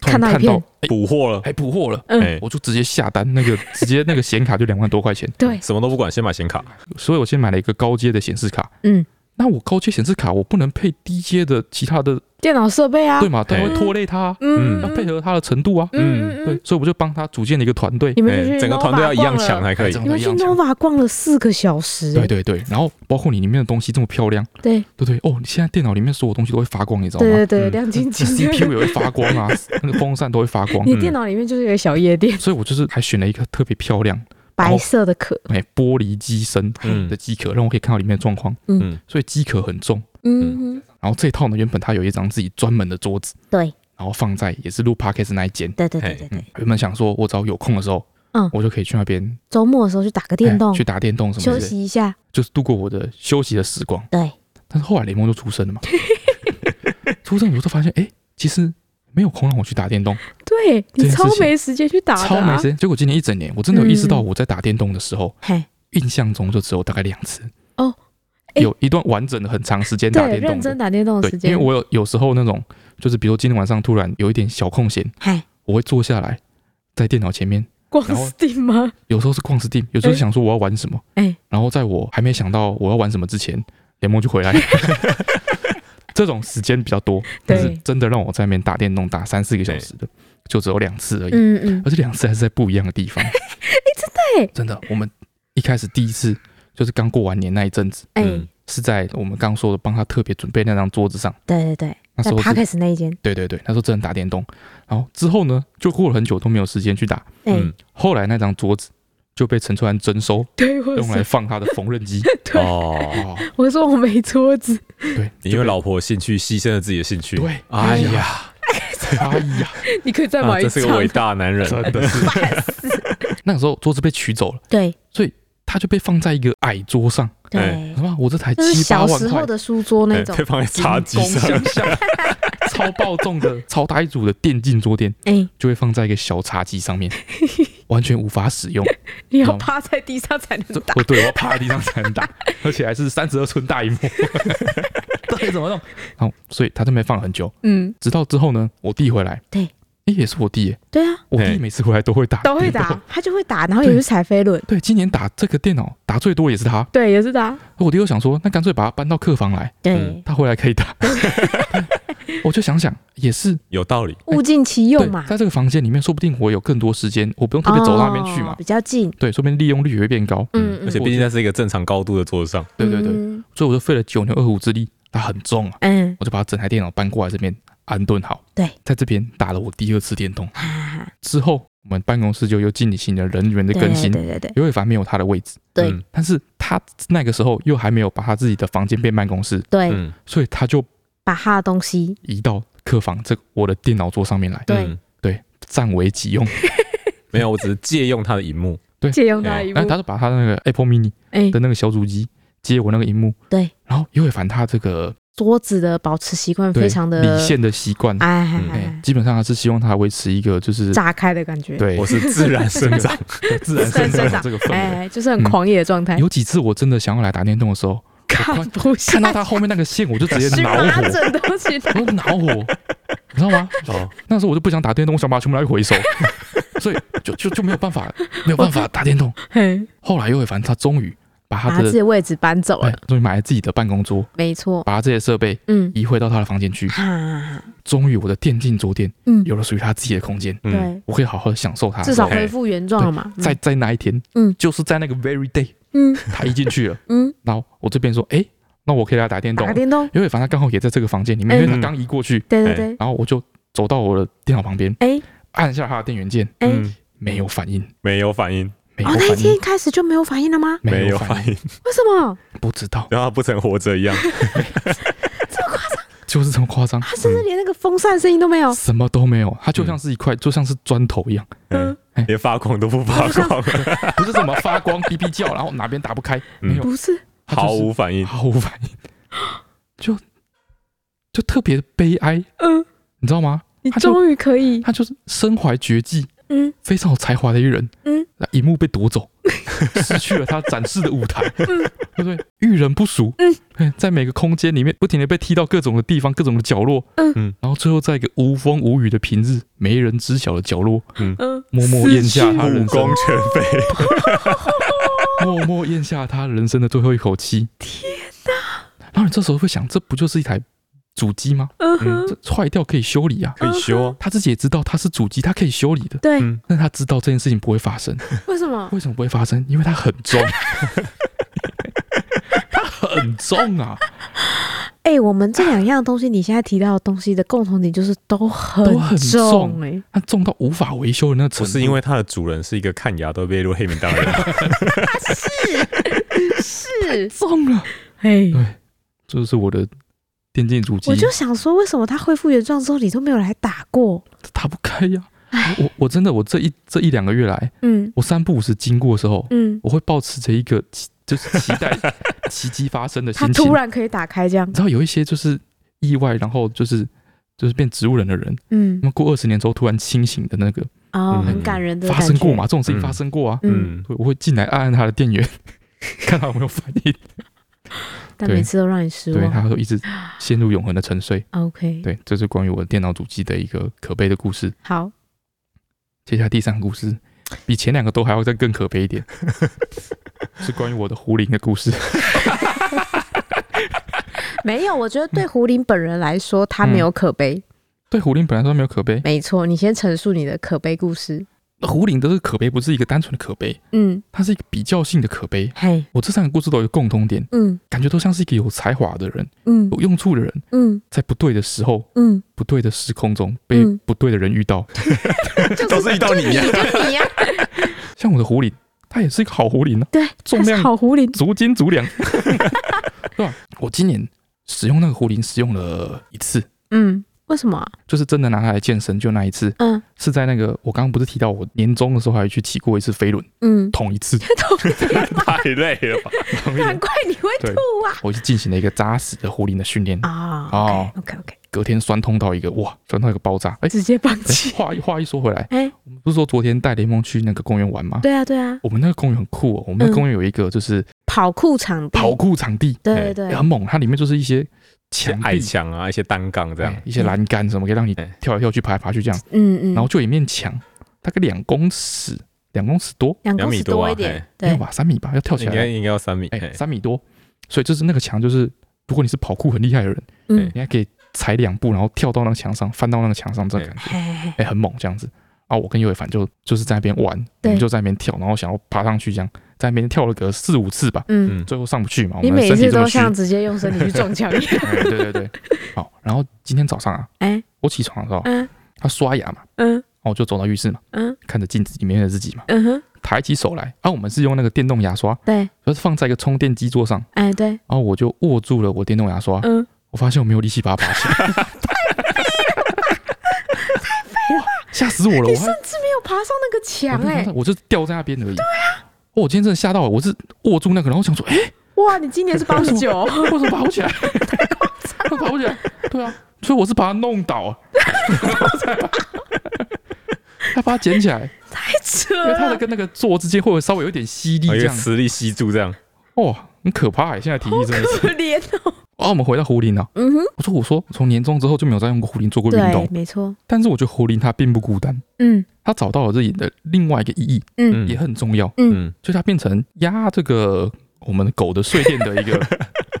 突
看
然
到一
看到
片
哎
补货了，
哎补货了，
嗯
哎，
我就直接下单，那个直接那个显卡就两万多块钱，
对，
什么都不管，先买显卡，
所以我先买了一个高阶的显示卡。
嗯，
那我高阶显示卡我不能配低阶的其他的，
电脑设备啊，
对吗？它会
哎
拖累它啊，
嗯，嗯，
要配合它的程度啊。
嗯，嗯
对，，所以我就帮他组建了一个团队。
你们就
哎
去
整个
Nova
团队要一样
逛了
强才可以
哎。
你们去
一样强
Nova 逛了四个小时，
对对对，然后包括你里面的东西这么漂亮，
对
对不对？哦，你现在电脑里面所有东西都会发光，你知道吗？
对对对，
嗯
亮 晶晶的。
CPU 也会发光啊，那个风扇都会发光
你，
嗯
电脑里面就是有个小夜店，
所以我就是还选了一个特别漂亮、
白色的壳，
哎玻璃机身
嗯
的机壳，让我可以看到里面的状况。
嗯
所以机壳很重。
嗯，
然后这一套呢，原本它有一张自己专门的桌子，
对
然后放在也是录 podcast 那一间。
对对对
嘿
对对
嗯，，原本想说我只要有空的时候，
嗯
我就可以去那边
周末的时候去打个电动
哎去，打电动什么
休
之类的，
息一下，
就是度过我的休息的时光。
对，
但是后来雷蒙就 出生了嘛，出生我就发现，哎、其实没有空让我去打电动，
对你
这件
超
事情
没时间去打的啊，
超没时间。结果今年一整年，我真的有意识到
嗯
我在打电动的时候，
嘿，
印象中就只有大概两次。
哦哎
有一段完整的很长时间打
对，
电
认
动
真
的，
打电动的
对
时，间，
因为我有有时候那种，就是比如今天晚上突然有一点小空闲，
嘿
我会坐下来在电脑前面，
逛
然后
Steam 吗？
有时候是逛 Steam，有时候是想说我要玩什么，
哎
然后在我还没想到我要玩什么 之前，联盟就回来。 这种时间比较多，但是
对
真的让我在那边打电动打三四个小时的，就只有两次而已，
嗯嗯，
而且两次还是在不一样 的地方。哎、真的
耶
真的，我们一开始第一次就是刚过完年那一阵子，
哎，
嗯
是在我们刚说的帮他特别准备那张桌子上，
对对对，
那时
在
候是
Parkes 那一间，
对对对，那时候真的打电动，然后之后呢，就过了很久都没有时间去打，
哎
嗯，
后来那张桌子就被陈川征收，
对我
用来
说，
放他的缝纫 机。
对
哦，
哦，
我说我没桌子，
对，
你因为老婆的兴趣牺牲了自己的兴趣，
对，
哎
哎
呀
呀，哎呀，
你可以再
啊
买一
这是个
张
伟，大男人，
真 的是。那个时候桌子被取走了，
对
他就被放在一个矮桌上，
对
哎
什。么？我这台
就是
七八
小
万
时
块
候，的书桌那
哎
种，
被放在茶几
公
上，
想象 超爆重的超大一组的电竞桌垫，
哎，
就会放在一个小茶几上 面，完全无法使用。
你
知道
要
吗
趴在地上才能
嗯这
打，
哦，对，我要趴在地上才能打， 而且还是三十二寸大荧幕， 到底怎么弄？然后，所以他在那边放了很久，
嗯，
直到之后呢，我弟回来，
对
诶，也是我弟耶，
对啊，
我
嘿
弟每次回来都会打，
都会打，。他就会打，然后也是踩飞轮，
对，今年打这个电脑打最多也是他，
对，也是啊打，
我弟又想说，那干脆把它搬到客房来，
对，
他回来可以 打。我就想想，也是
有道理。
物尽其
对
用嘛，，
在这个房间里面，说不定我有更多时间，我不用特别走到那边去
哦
嘛，
比较近，
对，说不定利用率也会变高。
嗯，嗯
而且毕竟那是一个正常高度的桌子上，
对对对，，所以我就费了九牛二虎之力，它很重啊，
嗯，
我就把整台电脑搬过来这边安顿好。
对，
在这边打了我第二次电动
哈哈哈，
之后，我们办公室就又进行了人员的
对
更新。
对对对，
刘伟凡没有他的位置。
对
嗯
但是他那个时候又还没有把他自己的房间变办公室，
对，
嗯，
所以他就
把他的东西，
移到客房这个我的电脑桌上面来，
对
嗯，
占为己用。
没有，我只是借用他的荧幕，
借用他的一幕
然后，哎他就把他那个 Apple Mini
哎
的，那个小主机接我那个荧幕，
对，
然后尤伟凡他这个
桌子的保持习惯嗯非常的
理线的习惯，
哎哎
嗯
哎
哎
哎，
基本上还是希望它维持一个就是
炸开的感觉，
对
我是自然生 长，
自然生长的这个氛围。
哎，就是很狂野的状态，
嗯有几次我真的想要来打电动的时候，
看不下
看到它后面那个线，我 就直接
去，
恼
拿
火，
整东西，
我就恼火，你知道吗？
哦，
那时候我就不想打电动，我想把它全部拿去回收，所以就就就没有办法，没有办法打电动。
嘿
后来又反正他终于把
哎把
哎
他
他
自
的
己的位置搬走
哎
了，
终于买了自己的办公桌，
没错，
把他这些设备
嗯，
移回到他的房间去。
哈，
终于我的电竞桌垫
嗯，
有了属于他自己的空间，
对，
我可以好好的享受它。
至少
对
恢复原状了嘛，嗯
嗯哎在在那一天，
嗯
就是在那个 very day，
嗯
他一进去了，
嗯，
然后我这边说，哎，那我可以来打电动
打。电动，
因为反正他刚好也在这个房间里
嗯
面，因为他刚移过去，
对对对，
然后我就走到我的电脑旁边，
哎
按下他的电源键，
哎，
嗯，
没有反应，
没有反应，
没有
哦，那一
反
天一
应，
开始就没有反应了吗？
没有
反
反应，
为什么？
应，不知道，
然后他不曾活着一样，
就是这么夸张。
他甚至连那个风扇声音都没有，
什么都没有，
嗯
它就像是一块，就像是砖头一样，
嗯
哎连发光都不发光，
不是什么发光、哔哔叫，然后哪边打不开，
嗯
没有，
不是，
它就是
毫无反应，
毫无反应，就就特别悲哀，
嗯，
你知道吗？
你
他就
终于可以，
他就是身怀绝技，
嗯
非常有才华的一个人，
嗯，
那荧幕被 夺走，失去了他展示的舞台，对不对？遇人不淑，
嗯
哎，在每个空间里面不停的被踢到各种的地方、各种的角落，
嗯
嗯，
然后最后在一个无风无雨的平日、没人知晓的角 落，
嗯，
默默咽下他
武
人生
功全非，
默默咽下他人生的最后一口气。天哪！然后你这时候会想，这不就是一台主机吗？
嗯哼，
这坏掉可以修理啊。
可以修啊，
他自己也知道他是主机，他可以修理的，
对，
嗯
但他知道这件事情不会发生。
为什么？
为什么不会发生？因为它很 重，它很重啊，
哎、我们这两样东西，你现在提到的东西的共同点就是都很
都很重
重哎、
它重到无法维修的那个程
不
度。
是因为它的主人是一个看牙都被列入黑名单的人，
是，
重了，
哎，
对，这就是我的电竞主机
我，就想说，为什么他恢复原状之后，你都没有来打过？
打不开呀、
唉
我我真的我这一这一两个月来，
嗯
我三不五时经过的时候，
嗯，
我会保持着一个期就是期 待奇迹发生的
他
心情
突。然可以打开这样
你，知道有一些就是意外，然后就是就是变植物人的人，
嗯
他们过二十年之后突然清醒的那个，
哦，
嗯
很感人的
发
感觉
生过嘛？？这种事情
嗯
发生过啊。
嗯，
嗯，
对我会进来按按他的电源， 看他有没有反应。
但
对
每次都让你失
对，
望。
他会一直陷入永恒的沉睡。
OK，
对，这是关于我的电脑主机的一个可悲的故事。
好，
接下来第三个故事，比前两个都还要再更可悲一点， 是关于我的胡林的故事。
没有，我觉得对
嗯
胡林本人来说，他没有可悲。
对胡林本来说没有可悲，
没错，你先陈述你的可悲故事。
胡林的这个可悲不是一个单纯的可悲，
嗯，
它是一个比较性的可悲。
嘿，
我这三个故事都有一个共通点，
嗯
感觉都像是一个有才华的人、
嗯
有用处的人，
嗯
在不对的时候、
嗯，
不对的时空中被
嗯
不对的人遇到。
就是
都是遇到你呀
就是你呀，
像我的狐狸，它也是一个好狐啊狸呢、
对，
重量
他是好狐狸。
足斤足两， 对吧？我今年使用那个壶铃使用了一次，
嗯，为什么啊？
就是真的拿它来健身，就那一次，
嗯
是在那个我刚刚不是提到我年终的时候还去骑过一次飞轮，
嗯，
捅一次，
嗯 太累了吧？
捅一
难
次
怪你会
对
吐啊！
我就进行了一个扎实的壶铃的训练，
啊
哦
OK OK，
隔天酸痛到一个哇，酸痛到一个爆炸，哎、
直接放
哎
弃。
话一话一说回来，
哎，
我们不是说昨天带雷梦去那个公园玩吗？
对啊对啊，
我们那个公园很酷哦，我们那个
嗯
公园有一个就是
跑酷场地，
跑酷场地，
对对
哎
对，
很猛，它里面就是一些
一些
墙
矮
壁
墙啊，一些单杠这
哎
样，
一些栏杆什么，可以让你
哎
跳来跳去、爬来爬去这样。
嗯嗯，
然后就有一面墙，大概两公尺，两公尺多，
两
两
公
米
尺
多啊
一点
哎，
没有
对，
吧？三米吧，要跳起
应该
来，
应该要三米，
哎，
嘿
三米多。所以就是那个墙，就是如果你是跑酷很厉害的人，
嗯，
你还可以踩两步，然后跳到那个墙上，翻到那个墙上，这样
哎
感觉
嘿嘿嘿
哎很猛这样子。啊，我跟尤伟凡就就是在那边玩，我们
对
就在那边跳，然后想要爬上去这样，在那边跳了个四五次吧，
嗯，
嗯，
最后上不去嘛，我
你
们
每
身体
次
这么
都
虚。
像直接用身体去撞墙一样。
哎对对对，好。然后今天早上啊，
哎，
我起床的时候，
嗯
他刷牙嘛，
嗯
然后我就走到浴室嘛，
嗯
看着镜子里面的自己嘛，
嗯哼，
抬起手来，啊，我们是用那个电动牙刷，
对，
就是放在一个充电机桌上，
哎对，
然后我就握住了我电动牙刷，
嗯，
我发现我没有力气把它拔起来，太哇，吓死我了！
你
我还
甚至没有爬上那个
我
墙
没有
哎
拔到，我就掉在那边欸而已。对啊，哦，我今天真的 吓到了，我是握住那个，然后想说，哎、
哇，你今年是八十九，哦
为什么拔不起来？会爬不起来。对啊，所以我是把它弄 倒，他把它捡起来，
太扯
因为它的
了，
跟那个座之间会有稍微有一点吸力
一
这
个
样。
磁力吸住这样，
哦，很可怕欸！现在提议 真的是。
可怜哦。
哦，我们回到壶铃啊，
嗯哼，
我说我说，从年终之后就没有再用过壶铃做过运
对
动，，
没错。
但是我觉得壶铃它并不孤单，
嗯
它找到了自己的另外一个意义，
嗯
也很重要，
嗯，
所以它变成压这个我们狗的睡垫的 一个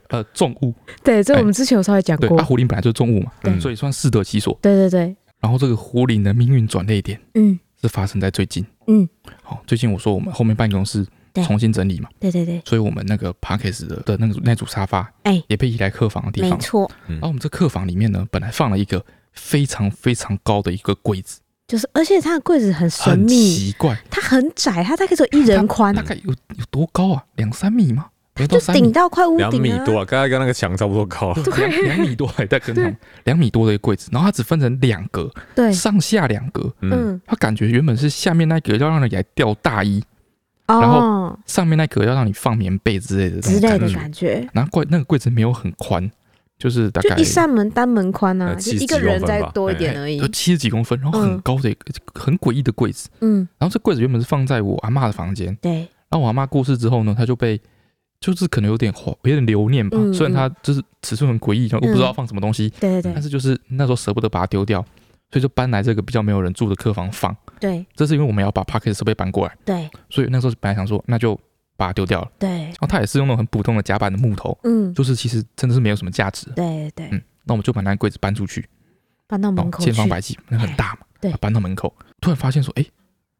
呃重物。
对，这
哎
我们之前有稍微讲
对，
过
啊，。壶铃本来就是重物嘛，
嗯
所以算适得其所。
对对对，
然后这个壶铃的命运转捩点
嗯
是发生在最近，
嗯，
好、最近我说我们后面办公室
对
重新整理嘛，
对对对，
所以我们那个 p a c k a g e 的的那个那组沙发，
哎
也被移来客房的地
没
方。
错，
然哦后我们这客房里面呢，本来放了一个非常非常高的一个柜子，
就是而且它的柜子很神
很
秘，
奇怪，
它很窄，它大概只有一人宽
大，概有有多高啊？两三米吗？没有到
就
三
顶
米，
到快屋
两米
顶啊。
多啊，刚才跟那个墙差不 多高。嗯
对两两米多，还在跟他们两米多的一个柜子，然后它只分成两格，
对，
上下两格。
嗯，
嗯，
它感觉原本是下面那格要让你来吊大衣，然后
哦
上面那格要让你放棉被之类的这
之
种
类的
觉。
感觉，
然后柜那个柜子没有很宽，就是大
就
概
一扇门单门宽啊，
呃
就
70
一个人
公分
再
吧
多一点
哎
而已
就。七十几公分，然后很
嗯
高的一个、很诡异的柜子。
嗯，
然后这柜子原本是放在我阿嬷的房间，
对，
然后我阿嬷过世之后呢，她就被就是可能有点怀有点留念吧，
嗯
虽然她就是尺寸很诡异，然后我不知道
嗯
放什么东西，
对对
但
对
是就是那时候舍不得把它丢掉，所以就搬来这个比较没有人住的客房放。
对
这是因为我们要把 p a c k e t 设备搬过来，
对
所以那时候本来想说那就把它丢掉了。
对，
然后它也是用那种很普通的夹板的木头，
嗯，
就是其实真的是没有什么价值。
对对对，
嗯，那我们就把那个柜子搬出去，
搬到
然
门
后
口去
千，方百计，那很大嘛，
对
把它搬到门口，突然发现说，哎，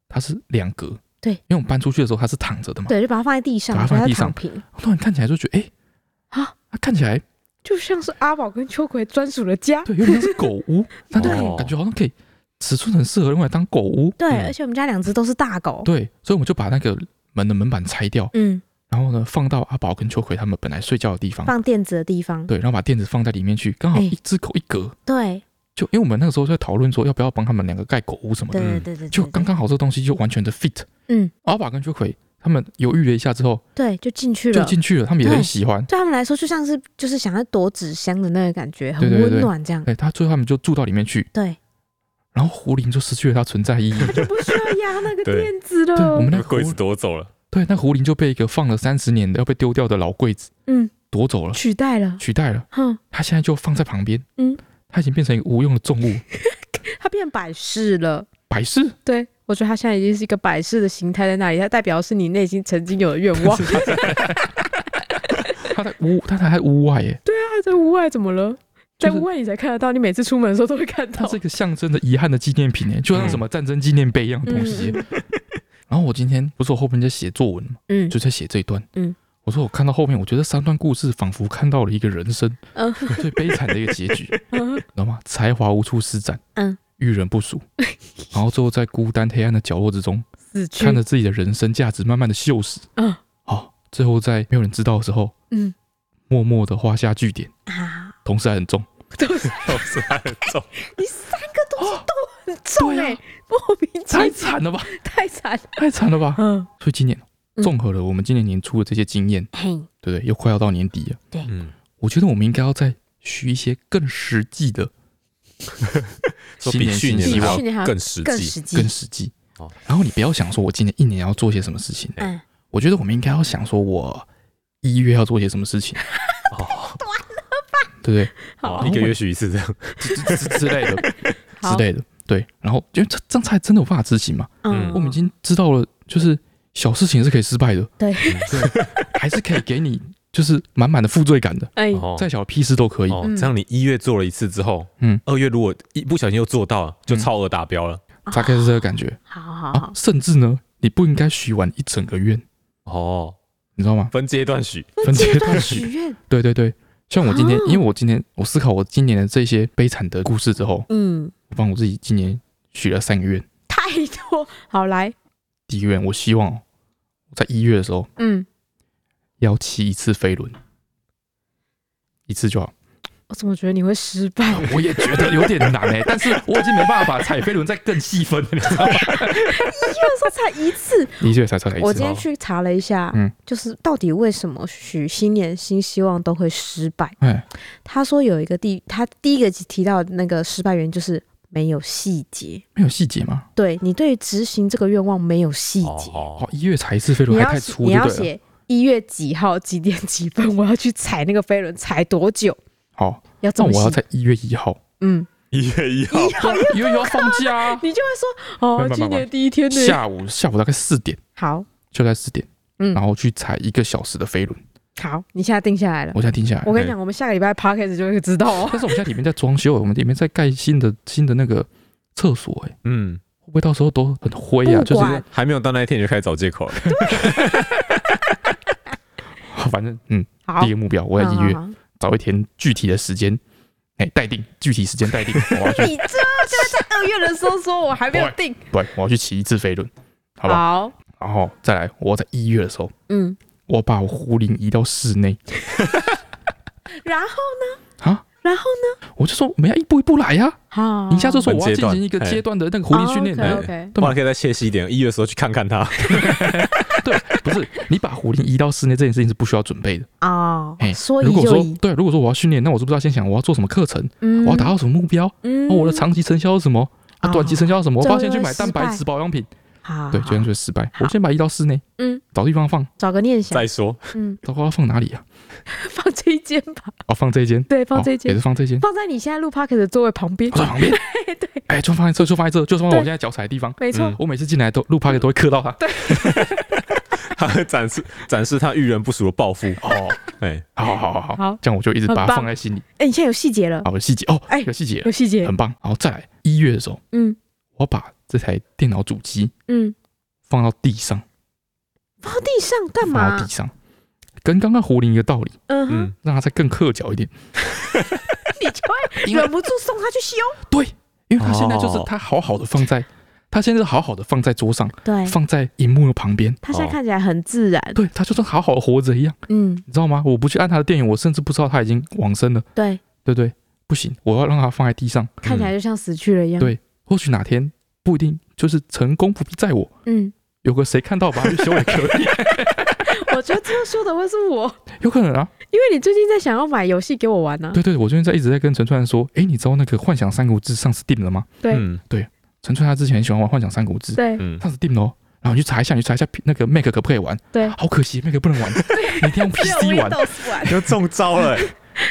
它是两格，
对
因为我们搬出去的时候它是躺着的嘛，
对，就把它放在地上，
把它放在
它
地上
躺平，
我突然看起来就觉得，哎、
啊，
它看起来
就像是阿宝跟秋葵专属的家。
对，有点像是狗 屋，它就
哦
感觉好像可以尺寸很适合用来当狗屋。
对，
嗯
而且我们家两只都是大狗。
对，所以我们就把那个门的门板拆掉，
嗯，
然后呢放到阿宝跟秋葵他们本来睡觉的地方，
放垫子的地方。
对，然后把垫子放在里面去，刚好
哎
一只狗一格。
对
就因为我们那个时候在讨论说要不要帮他们两个盖狗屋什么的，
对对
嗯
对对，
就
对
刚刚好这个东西就完全的 fit。
嗯，
阿宝跟秋葵他们犹豫了一下之后
对，就进去
就
了。
进去了，他们也很喜欢。
对他们来说，就像是就是想要躲纸箱的那个感觉，很
对对对
温暖这样。
对，他最后他们就住到里面去，
对，
然后狐狸就失去了它存 在意义。
不需要压那个
对
垫子
对，我们那
那
个
柜
狐
子夺走了，
对，那胡林就被一个放了三十年的要被丢掉的老柜子
嗯，
夺走了，
取代了。
取代了。
哼，
他现在就放在旁边，
嗯，
他已经变成一个无用的重物，
它变摆饰了。
摆饰。
对，我觉得它现在已经是一个摆饰的形态在那里，它代表的是你内心曾经有的愿 望。
他在屋，他还在屋外耶，
它在屋外怎么了？
就
在
是
屋外你才看得到，你每次出门的时候都会看
它
到
是。一个象征着遗憾的纪念品耶，就像什么战争纪念碑一样的东西耶。然后我今天不是我后面在写作文嘛，
嗯
就在写这一段，
嗯。
我说我看到后面，我觉得三段故事仿佛看到了一个人生
嗯
最悲惨的一个结局，知
嗯
道吗？才华无处施展，
嗯，
遇人不淑，然后最后在孤单黑暗的角落之中，
死去
看。着自己的人生价值慢慢的锈蚀，
嗯
好、最后在没有人知道的时候，
嗯
默默的画下句点，
啊，
同时还很重。
都是
都是它很重，
你三个东西都很重
对啊
哎、莫名其
太
妙，
惨了吧，
太惨。
太惨了吧！
嗯，
所以今年
嗯
综合了我们今年年初的这些经验，
嘿，
对不对？又快要到年底了，
嗯，
我觉得我们应该要再许一些更实际的
说
新
比
年
去
新希
年
比
望
去，年还要
更实
更
际，
实际
更。实际
哦。
然后你不要想说我今年一年要做些什么事情，
嗯，
我觉得我们应该要想说我一月要做些什么事情，
哦，
对不对？
好
一个月许一次这样，
之之之类的
好
之类的。对，然后因为这这样才真的有办法执行嘛。
嗯，
我们已经知道了，就是小事情是可以失败的，
对，
还是可以给你就是满满的负罪感的，
哎、
哦
再小的屁事都可以。
哦
嗯，
这样你一月做了一次之后，
哎嗯
嗯，二月如果一不小心又做到了，就
嗯
超额达标了。
大概是这个感觉
哦好好
啊
好。，
甚至呢，你不应该许完一整个愿，
哦，
你知道吗？
分阶段许，
分阶段
段
许
许愿，
对对对，像我今天
哦，
因为我今天我思考我今年的这些悲惨的故事之后，
嗯，
我帮我自己今年许了三个愿。
太多。好来，
第一个愿，我希望在一月的时候
嗯，
要骑一次飞轮，一次就好。
我怎么觉得你会失败？
我也觉得有点难哎、但是我已经没办法把踩飞轮再更细分了，你知 道吗？
那时候才一次。
你确才才一次，
我今天去查了一下，
嗯
就是到底为什么许新年新希望都会失败？
哎，
他说有一个第，他第一个提到的那个失败原因就是没有细节，
没有细节吗？
对你对于执行这个愿望没有细节。
哦，一月踩一次飞轮
你
还
要
太
写
粗，
你
对
要
不对了？
写一月几号几点几分，我要去踩那个飞轮，踩多久？
好，
要这
那
么
我要
细？
在一月 一号，
嗯，
一月一 号，
一号
一月一号放 假啊，
你就会说
没有
哦
没，有
今
没有
年第一天呢。
下午下午大概四点，
好
就在四点，
嗯
然后去踩一个小时的飞轮，
好，你现在定下来了
我。现在停下来。
我跟你
哎
讲，我们下个礼拜 p o d c a s t 就会知道哦。
但是我们现在里面在装修，我们里面在盖新的新的那个厕所，哎，
嗯，
会不会到时候都很灰啊？
不
就是
管
还没有到那一天你就开始找借口了。
反正嗯，
好
第一，个目标我要一
好
月
好好
找一天具体的时间，哎，待定具体时 间待定，我要去
你这就会在二月的时候说我还没有定，
对，我要去骑一次飞轮，好吧？
好，
然后再来，我在一月的时候，
嗯，
我把我壶铃移到室内
然后
啊，
然后呢？
我就说我们要一步一步来呀、啊。
好，
你一下就说我要进
分阶段哎
行一个阶段的那个壶铃训练，
哎
哎
OK
对
我还可以再切细一点，一月的时候去看看 他。
哎对，不是你把壶铃移到室内这件事情是不需要准备的。
哦
哎，，
说
如
一
果
就
说
一，
对，如果说我要训练，那我是不是要先想我要做什么课程，
嗯
我要达到什么目标，
嗯
哦我的长期成效是什么，啊
哦
短期成效是什么？我
这样
发现去
就会
买蛋
失
白
败啊
质保养品，
好，
对，
好
这样就会失败。
好
我先把它移到室内，
嗯，
找地方放，
找个念想
再，说，
嗯，
糟糕，要放哪里啊？
放这一间吧，
哦，放这一间，
对，放
哦
这一
也
间
是，放这一间，
放在你现在录 p o d c a s t 的座位旁边
我，在旁边，
对，
哎，就放在这，就放在这，就放在我现在脚踩的地方。
没错
嗯，
我每次进来都录 p o 都会磕到它。
他会展示展示他遇人不淑的抱负。
哦，
哎，
好好好好
好，
这样我就一直
很
把它
棒
放在心里。
哎，你现在有细节了，
好，有细节哦，
哎
有细节了
有，细节
很，棒。然后再来一月的时候，
嗯
我把这台电脑主机
嗯，
放到地上，
放到地上干
放
嘛
到地？上，跟刚刚胡林一个道理，
嗯哼，
嗯，
让它再更刻脚一点。
你就会
因为
忍不住送他去修，
对，因为它现在就是
哦
它好好的放在，它现在是好好的放在桌上，
对
放哦在荧幕的旁边，
他现在看起来很自然，
对，它就算好好地活着一样。
嗯，
你知道吗？我不去啊按他的电影，我甚至不知道他已经往生了，
对，
对不对？不行，我要让他放在地上。
看起来就像死去了一样，
嗯对或许哪天不一定，就是成功不必在我，
嗯，
有个谁看到把它去修也可以，
我觉得最后说的会是我，
有可能啊。
因为你最近在想要买游戏给我玩啊呢、
对对，我最近在一直在跟陈川说，哎，你知道那个《幻想三国志》上 Steam 了吗？
对
嗯，
陈川他之前很喜欢玩《幻想三国志》，
对
嗯，
上 Steam 哦。然后你去查一下，你去查一下那个 Mac 可不可以玩？
对，
好可惜，Mac 不能玩，你一定要用 PC 玩。
Windows 玩。
又中招了。哎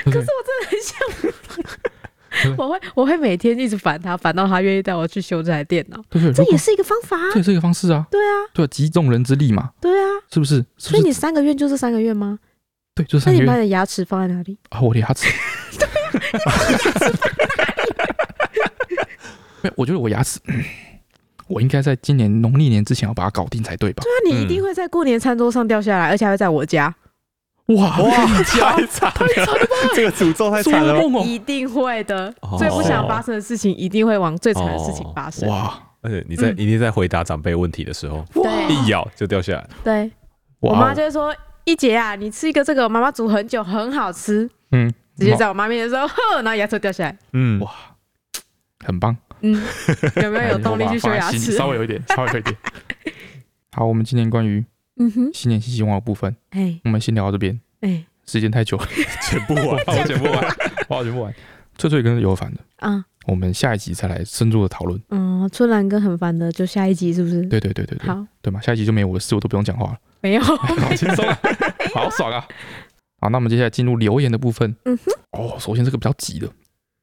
对不对
很像 我，我会我会每天一直烦他，烦到他愿意带我去修这台电脑，
对对，
这
如
也
果
是一个方法啊、
这也是一个方式啊，
对啊，
对，集众人之力嘛，
对啊，
是不是？是
所
不
以
是？
你三个月就是三个月吗？
对，就是
那
三
你
个月
把你的牙齿放在哪里？
啊，我的 牙齿。 没有，我觉得我牙齿，嗯我应该在今年农历年之前要把它搞定才对吧？
那啊你一定会在过年餐桌上掉下来，而且还会在我家，
哇，
哇，太惨了，这个诅咒太
做
惨了。
梦哦！
一定会的。
哦
最不想发生的事情，一定会往最惨的事情发生。
哦哇
而且你在
嗯
一定在回答长辈问题的时候，
对
一咬就掉下来。
对，我
哇
妈
哦，
就会说：“一姐啊，你吃一个这个，我妈妈煮很久，很好吃。”
嗯，
直接
哇
在我妈面前说：“呵！”然后牙齿掉下来。
嗯，
哇，很棒，
嗯，有没有有
哎
动力
我把
去修
它放在
牙
心里
齿？
稍微有一点，稍微有一 点。好，我们今天关于
嗯哼，
新年新希望的部分，
哎
我们先聊到这边，
哎
时间太久了，
全部 完。
我剪不完，我剪不完。翠翠跟有凡的，
啊
我们下一集再来深入的讨论。
嗯，春兰跟很烦的，就下一集是不是？
对对对对对，
好，
对嘛，下一集就没有我的事，我都不用讲话了。
没 有，
好轻松啊，好爽啊！好，那我们接下来进入留言的部分。
嗯哼，
哦，首先这个比较急的，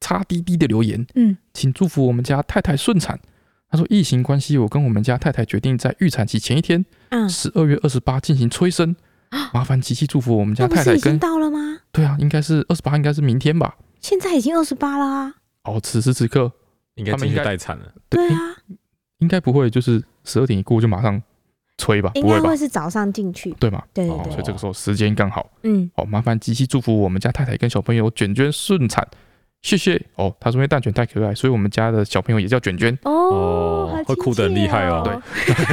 叉滴滴的留言，
嗯，
请祝福我们家太太顺产。他说，疫情关系，我跟我们家太太决定在预产期前一天，
嗯，
十二月二十八进行催生。麻烦琪琪祝福我们家
那不
太
是
太
已经
跟
到了吗？
对啊，应该是二十八，应该是明天吧？
现在已经二十八了啊，
哦，此时此刻，
应该
他们
进
应
去
该
待产了。
对
应
啊，
应该不会就是十二点一过就马上催吧？
应
不会
该
吧
会？是早上进去，
对嘛？
对
哦，
对
所
对
以，这个时候时间刚好。
嗯，
好，麻烦吉西祝福我们家太太跟小朋友卷卷顺产，谢谢哦。他说因为蛋卷太可爱，所以我们家的小朋友也叫卷卷。
哦，
哦
好
会哭得很厉害哦
亲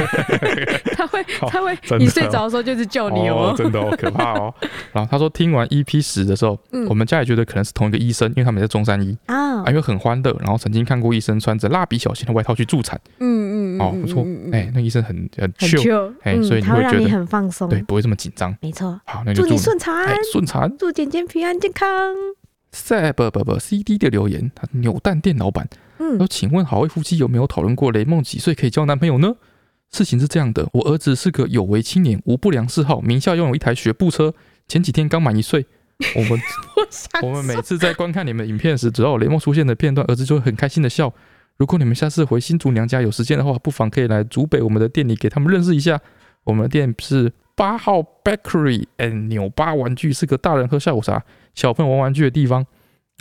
切哦 他会
好
他会
真的
你睡着的时候就是叫你哦，
真的哦，可怕 哦。然后他说听完 EP 十的时候，
嗯
我们家也觉得可能是同一个医生，因为他们也在中山医
啊
啊，因为很欢乐。然后曾经看过医生穿着蜡笔小新的外套去助产，
嗯嗯嗯
哦，不错
嗯嗯，嗯
哎，那医生很很
很
chill，
chill，
哎
嗯
所以你
它
会
会让
觉
你
得
很放松，
对，，不会这么紧张。
没错。
好，那就
祝
祝
你
你
顺产，
哎顺产。
祝简简平安健康。
塞不不不，CD 的留言，他扭蛋店老板他
嗯
说：“请问好味夫妻有没有讨论过雷梦几岁可以交男朋友呢？”事情是这样的，我儿子是个有为青年，无不良嗜好，名下拥有一台学步车，前几天刚满一岁。我们
我想
我们每
说
次在观看你们影片时，只要有雷梦出现的片段，儿子就会很开心的笑。如果你们下次回新竹娘家有时间的话，不妨可以来竹北我们的店里给他们认识一下。我们的店是八号 Bakery and 纽巴玩具，是个大人喝下午茶、小朋友玩玩具的地方。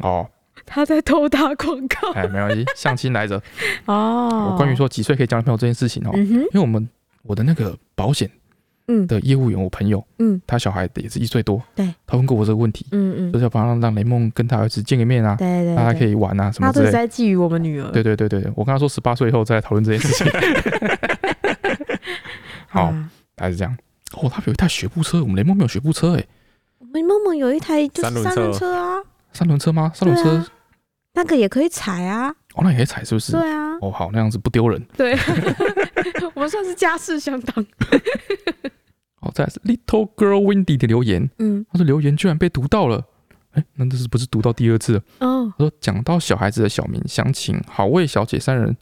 哦，
他在偷打广告
哎，没关系，相亲来着。
哦
我关于，说几岁可以交男朋友这件事情哦，
嗯哼，
因为我们我的那个保险
嗯
的业务员，我朋友，
嗯
他小孩也是一岁多，
对，
他问过我这个问题，
嗯嗯，
就是要帮他让雷梦跟他儿子见个面啊，
对对对，
大家可
以，
以玩啊什么
他
之
都
类
是
的。
在觊觎我们女儿，
对对对对对，我跟他说十八岁以后再来讨论这件事情，好
啊
大概是这样。哦，他有一台学步车，我们雷梦没有学步车哎、
我们梦梦有一台就是
三轮
三轮
车
车啊，
三轮车吗？三
对
轮车、
啊，那个也可以踩啊，
哦，那也可以踩是不是？
对啊，
哦，好，那样子不丢人。
对， 我们算是家世相当。
好，哦再来是 Little Girl Windy 的留言，
嗯，
他说留言居然被读到了，哎，那这是不是读到第二次了？啊
哦，
他说讲到小孩子的小名，想请好味小姐三人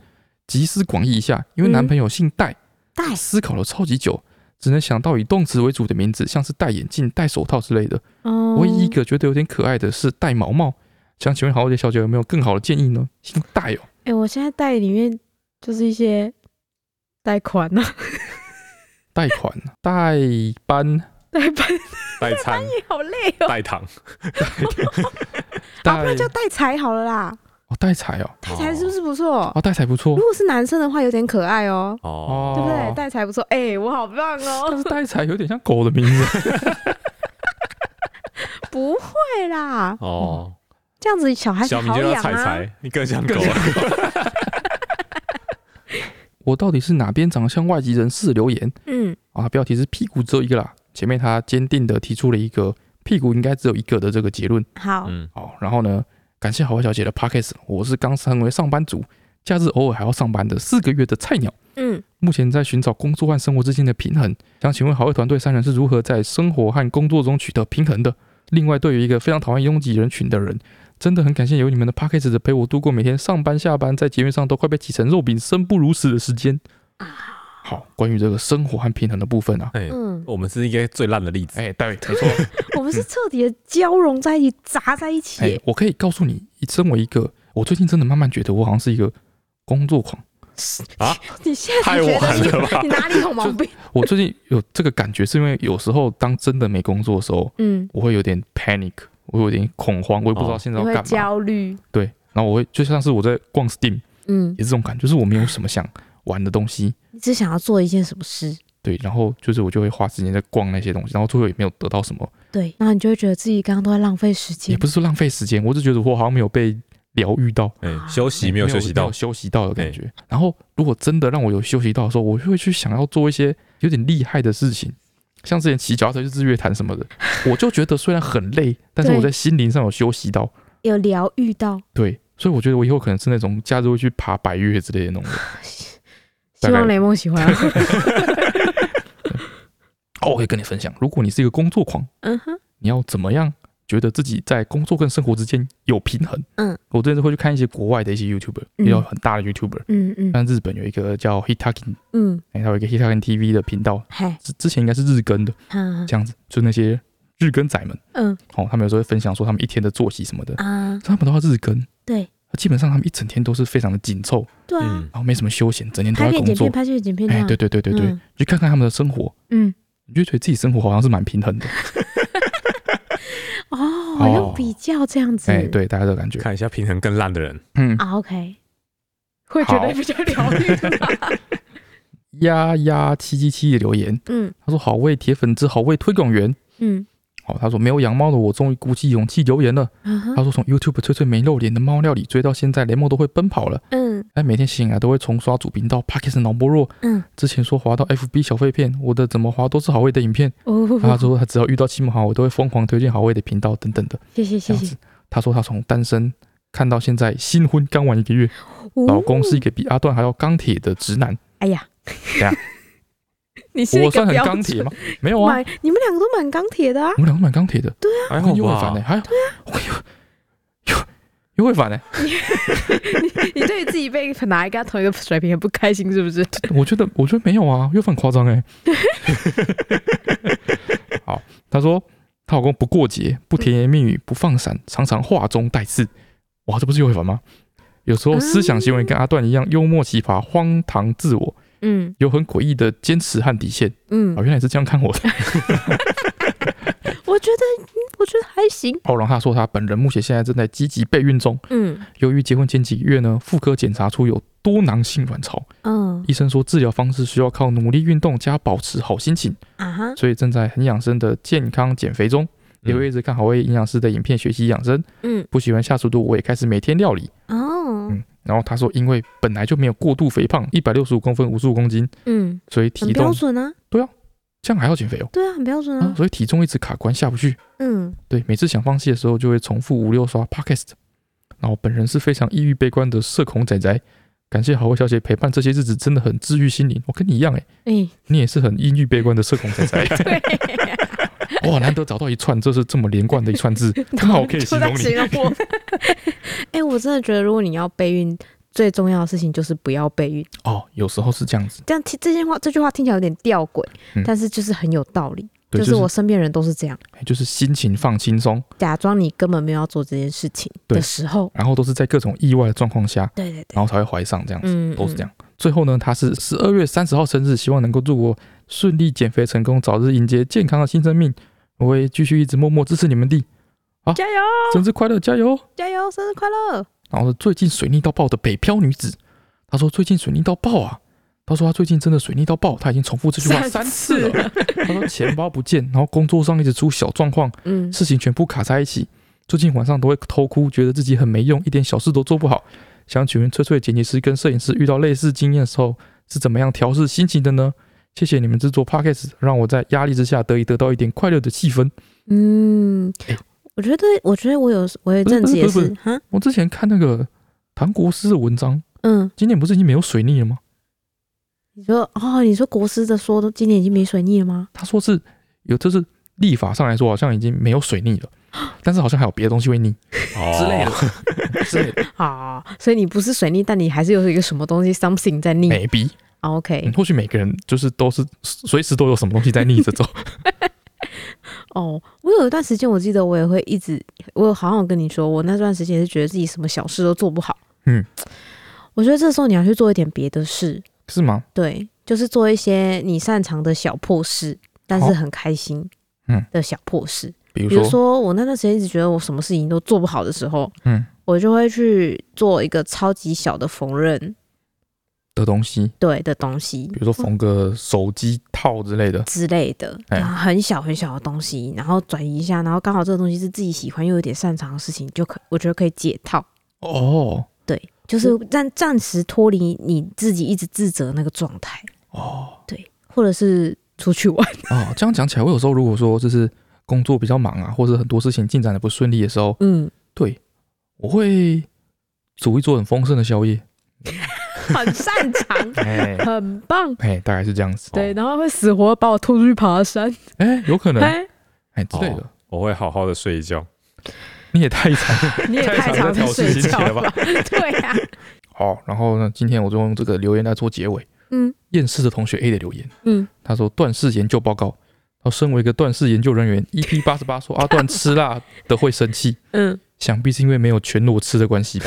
集思广益一下，
嗯
因为男朋友姓戴，
戴
思考了超级久，只能想到以动词为主的名字，像是戴眼镜、戴手套之类的。
哦，
唯一一个觉得有点可爱的是戴毛毛。想请问好味小姐有没有更好的建议呢？姓戴哦，
哎、我现在袋里面就是一些贷款啊，
贷 款、代班、
贷款
代餐、
好累哦，
代糖，
啊，不
代
然叫代财好了啦，
哦代财哦，
代财是不是不错？
哦代财不错
如果是男生的话，有点可爱哦，
哦，
对不对？
哦，
代财不错，哎、我好棒 哦
但，是代财有点像狗的名字
不会啦，
哦，
这样子小孩子
小明
好
就叫
养
彩
啊，
彩，你更像狗
更，我到底是哪边长得像外籍人士？留言。
嗯，
啊，标题是屁股只有一个啦。前面他坚定的提出了一个屁股应该只有一个的这个结论。
好，
嗯，
好，然后呢，感谢好味小姐的 podcast，我是刚成为上班族，假日偶尔还要上班的四个月的菜鸟，
嗯，
目前在寻找工作和生活之间的平衡。想请问好味团队三人是如何在生活和工作中取得平衡的？另外，对于一个非常讨厌拥挤人群的人，真的很感谢有你们的 p a c k a g e 的陪我度过每天上班、下班，在节目上都快被挤成肉饼、生不如死的时间。好，关于这个生活和平衡的部分啊，
哎，
嗯，
我们是应该最烂的例子，
哎、对，没错。
我们是彻底的交融在一起，砸在一起
哎、
耶，
我可以告诉你，身为一个，我最近真的慢慢觉得我好像是一个工作狂。
你现在才
太
觉得
晚
你
了吧
你？哪里有毛病？
我最近有这个感觉，是因为有时候当真的没工作的时候，
嗯，
我会有点 panic，我会有点恐慌，我也不知道
哦
现在
你
要
会
干嘛。
焦虑，
对，然后我会就像是我在逛 Steam，
嗯，
也是这种感觉，就是我没有什么想玩的东西。
你只想要做一件什么事，
对，然后就是我就会花时间在逛那些东西，然后最后也没有得到什么，
对，然后你就会觉得自己刚刚都在浪费时
也
间，
不是说浪费时间，我只觉得我好像没有被疗愈到。
哎，休息没有休息
啊没
到哎
有，休息到的感觉。然后如果真的让我有休息到的时候，我就会去想要做一些有点厉害的事情，像之前骑脚踏车去日月潭什么的，我就觉得虽然很累，但是
对
我在心灵上有休息到。
有疗愈到，
对，所以我觉得我以后可能是那种假日会去爬百越之类的那种人。
希望雷蒙喜欢。啊
哦，我可以跟你分享，如果你是一个工作狂，
嗯哼，
你要怎么样觉得自己在工作跟生活之间有平衡？
嗯，
我最近会去看一些国外的一些 YouTuber，
嗯
比较很大的 YouTuber，、
嗯嗯
像日本有一个叫 Hitakin，
嗯，
哎、他有一个 Hitakin TV 的频道，
嗨，
之之前应该是日更的，
嗯
这样子，就那些日更仔们，
嗯
哦，他们有时候会分享说他们一天的作息什么的，
啊，
他们都要日更，
对
基本上他们一整天都是非常的紧凑，
对啊，
嗯，
然后没什么休闲，整天都
拍
在
片
工
剪
作
片，。拍片剪片，
哎，对，对对对对，
嗯
去看看他们的生活，
嗯，
你就觉得自己生活好像是蛮平衡的。
哦，用比较这样子，
哎，对，大家都有
嗯
感觉，
看一下平衡更烂的人，
嗯，
啊，OK，会觉得比较疗愈吧。
丫丫七七七的留言，
嗯
他说好味铁粉之好味推广员。
嗯，
哦，他说没有养猫的我终于鼓起勇气留言了。
嗯哼
他说从 YouTube 追追没露脸的猫料理追到现在，雷梦都会奔跑了。
嗯
哎，每天醒来都会重刷主频道 Pockets 脑波弱。
嗯，
之前说滑到 FB 小废片，我的怎么滑都是好味的影片。他
哦，
说他只要遇到亲朋好友，我都会疯狂推荐好味的频道等等的
谢谢
这
谢
样
谢
子。。他说他从单身看到现在新婚刚完一个月，
哦
老公是一个比阿段还要钢铁的直男。
哎呀，
样
你是一
我
个
算很
标
钢铁
准
吗？没有啊，
蛮你们两个都蛮钢铁的啊
我！们两个蛮钢 铁的。
还
跟
好
尤伟凡呢、欸？？
吧
还有尤尤尤伟凡呢、
你对于自己被哪一个同一个水平很不开心是不是？
我觉得我觉得没有啊，又很夸张哎。好，她说她老公不过节，不甜言蜜语，不放闪，常常话中带刺。哇，这不是尤伟凡吗？有时候思想行为跟阿段一样幽默奇葩、荒唐自我，
嗯
有很诡异的坚持和底线。
嗯
哦，，原来你是这样看我的。
我觉得嗯我觉得还行。
哦，然后她说她本人目前现在正在积极备孕中，
嗯
由于结婚前几个月呢，妇科检查出有多囊性卵巢，
嗯
医生说治疗方式需要靠努力运动加保持好心情。
啊哈
所以正在很养生的健康减肥中，也
嗯
会一直看好味营养师的影片学习养生。
嗯
不喜欢下厨度，我也开始每天料理。
哦
嗯，然后他说，因为本来就没有过度肥胖，一百六十五公分，五十五公斤，
嗯，
所以
很
体
标
重
准啊，
这样还要减肥哦、
对啊，很标准啊，。
啊所以体重一直卡关下不去。
嗯
对，每次想放弃的时候，就会重复五六刷 podcast。然后本人是非常抑郁悲观的社恐仔仔，感谢好味小姐陪伴这些日子，真的很治愈心灵。我跟你一样哎、
哎，
你也是很抑郁悲观的社恐仔仔。
对，
哇，难得找到一串，这是这么连贯的一串 字，刚好可以形容你。
我。 哎，我真的觉得，如果你要备孕，最重要的事情就是不要备孕。
哦，有时候是这样子，
这样听这些话，这句话听起来有点吊诡
嗯，
但是就是很有道理。
对，
就
就是
是我身边人都是这样，
就是心情放轻松，
假装你根本没有要做这件事情
对
的时候，
然后都是在各种意外的状况下，
对对对，
然后才会怀上这样子，
嗯，
都是这
样。
样。最后呢，他是十二月三十号生日，希望能够祝我顺利减肥成功，早日迎接健康的新生命。我会继续一直默默支持你们的，
加油
生日快乐，加油！哦
加油，生日快乐！
然后最近水逆到爆的北漂女子，她说最近水逆到爆啊，她说她最近真的水逆到爆，她已经重复这句话
三
三次了。 她说钱包不见，然后工作上一直出小状况，
嗯，
事情全部卡在一起。最近晚上都会偷哭，觉得自己很没用，一点小事都做不好。想请问翠翠剪辑师跟摄影师遇到类似经验的时候是怎么样调试心情的呢？谢谢你们制作 podcast，让我在压力之下得以得到一点快乐的气氛。
嗯
哎，
我觉得，我觉得我有我有一阵子也
不是不
是
是
哈，
我之前看那个唐国师的文章，
嗯，
今年不是已经没有水逆了吗？
你说哦，你说国师的说都今年已经没水逆了吗？
他说是有，就是立法上来说好像已经没有水逆了，但是好像还有别的东西会逆
哦
之类的，之类的
啊，所以你不是水逆，但你还是有一个什么东西 something 在逆。
maybe。
啊 OK，
嗯或许每个人就是都是随时都有什么东西在逆着走。
哦，我有一段时间，我记得我也会一直，我好像有跟你说，我那段时间也是觉得自己什么小事都做不好。
嗯，
我觉得这时候你要去做一点别的事，
是吗？
对，就是做一些你擅长的小破事，但是
好
很开心，
嗯
的小破事。
比如
比如说，我那段时间一直觉得我什么事情都做不好的时候，
嗯
我就会去做一个超级小的缝纫
的东西，
对的东西
比如说缝个手机套之类的，
之类的，
哎
然后很小很小的东西，然后转移一下，然后刚好这个东西是自己喜欢又有点擅长的事情，就可我觉得可以解套，
哦
对，就是
嗯
暂暂时脱离你自己一直自责那个状态，
哦
或者是出去玩，
哦，这样讲起来，我有时候如果说就是工作比较忙啊，或者很多事情进展的不顺利的时候，
嗯，
对我会煮一桌很丰盛的宵夜，，
很擅长
哎
很棒。
哎，大概是这样子，
对，然后会死活把我拖出去爬山，
哎，有可能
哎，
哎之类的
哦，我会好好的睡一觉。
你也太惨了。
你也太常在睡觉了， 对啊呀、
好，然后呢，今天我就用这个留言来做结尾。
嗯
厌世的同学 A 的留言，
嗯，
他说段氏研究报告。他身为一个段氏研究人员，EP 八十八说阿段吃辣的会生气，
嗯，
想必是因为没有全裸吃的关系吧，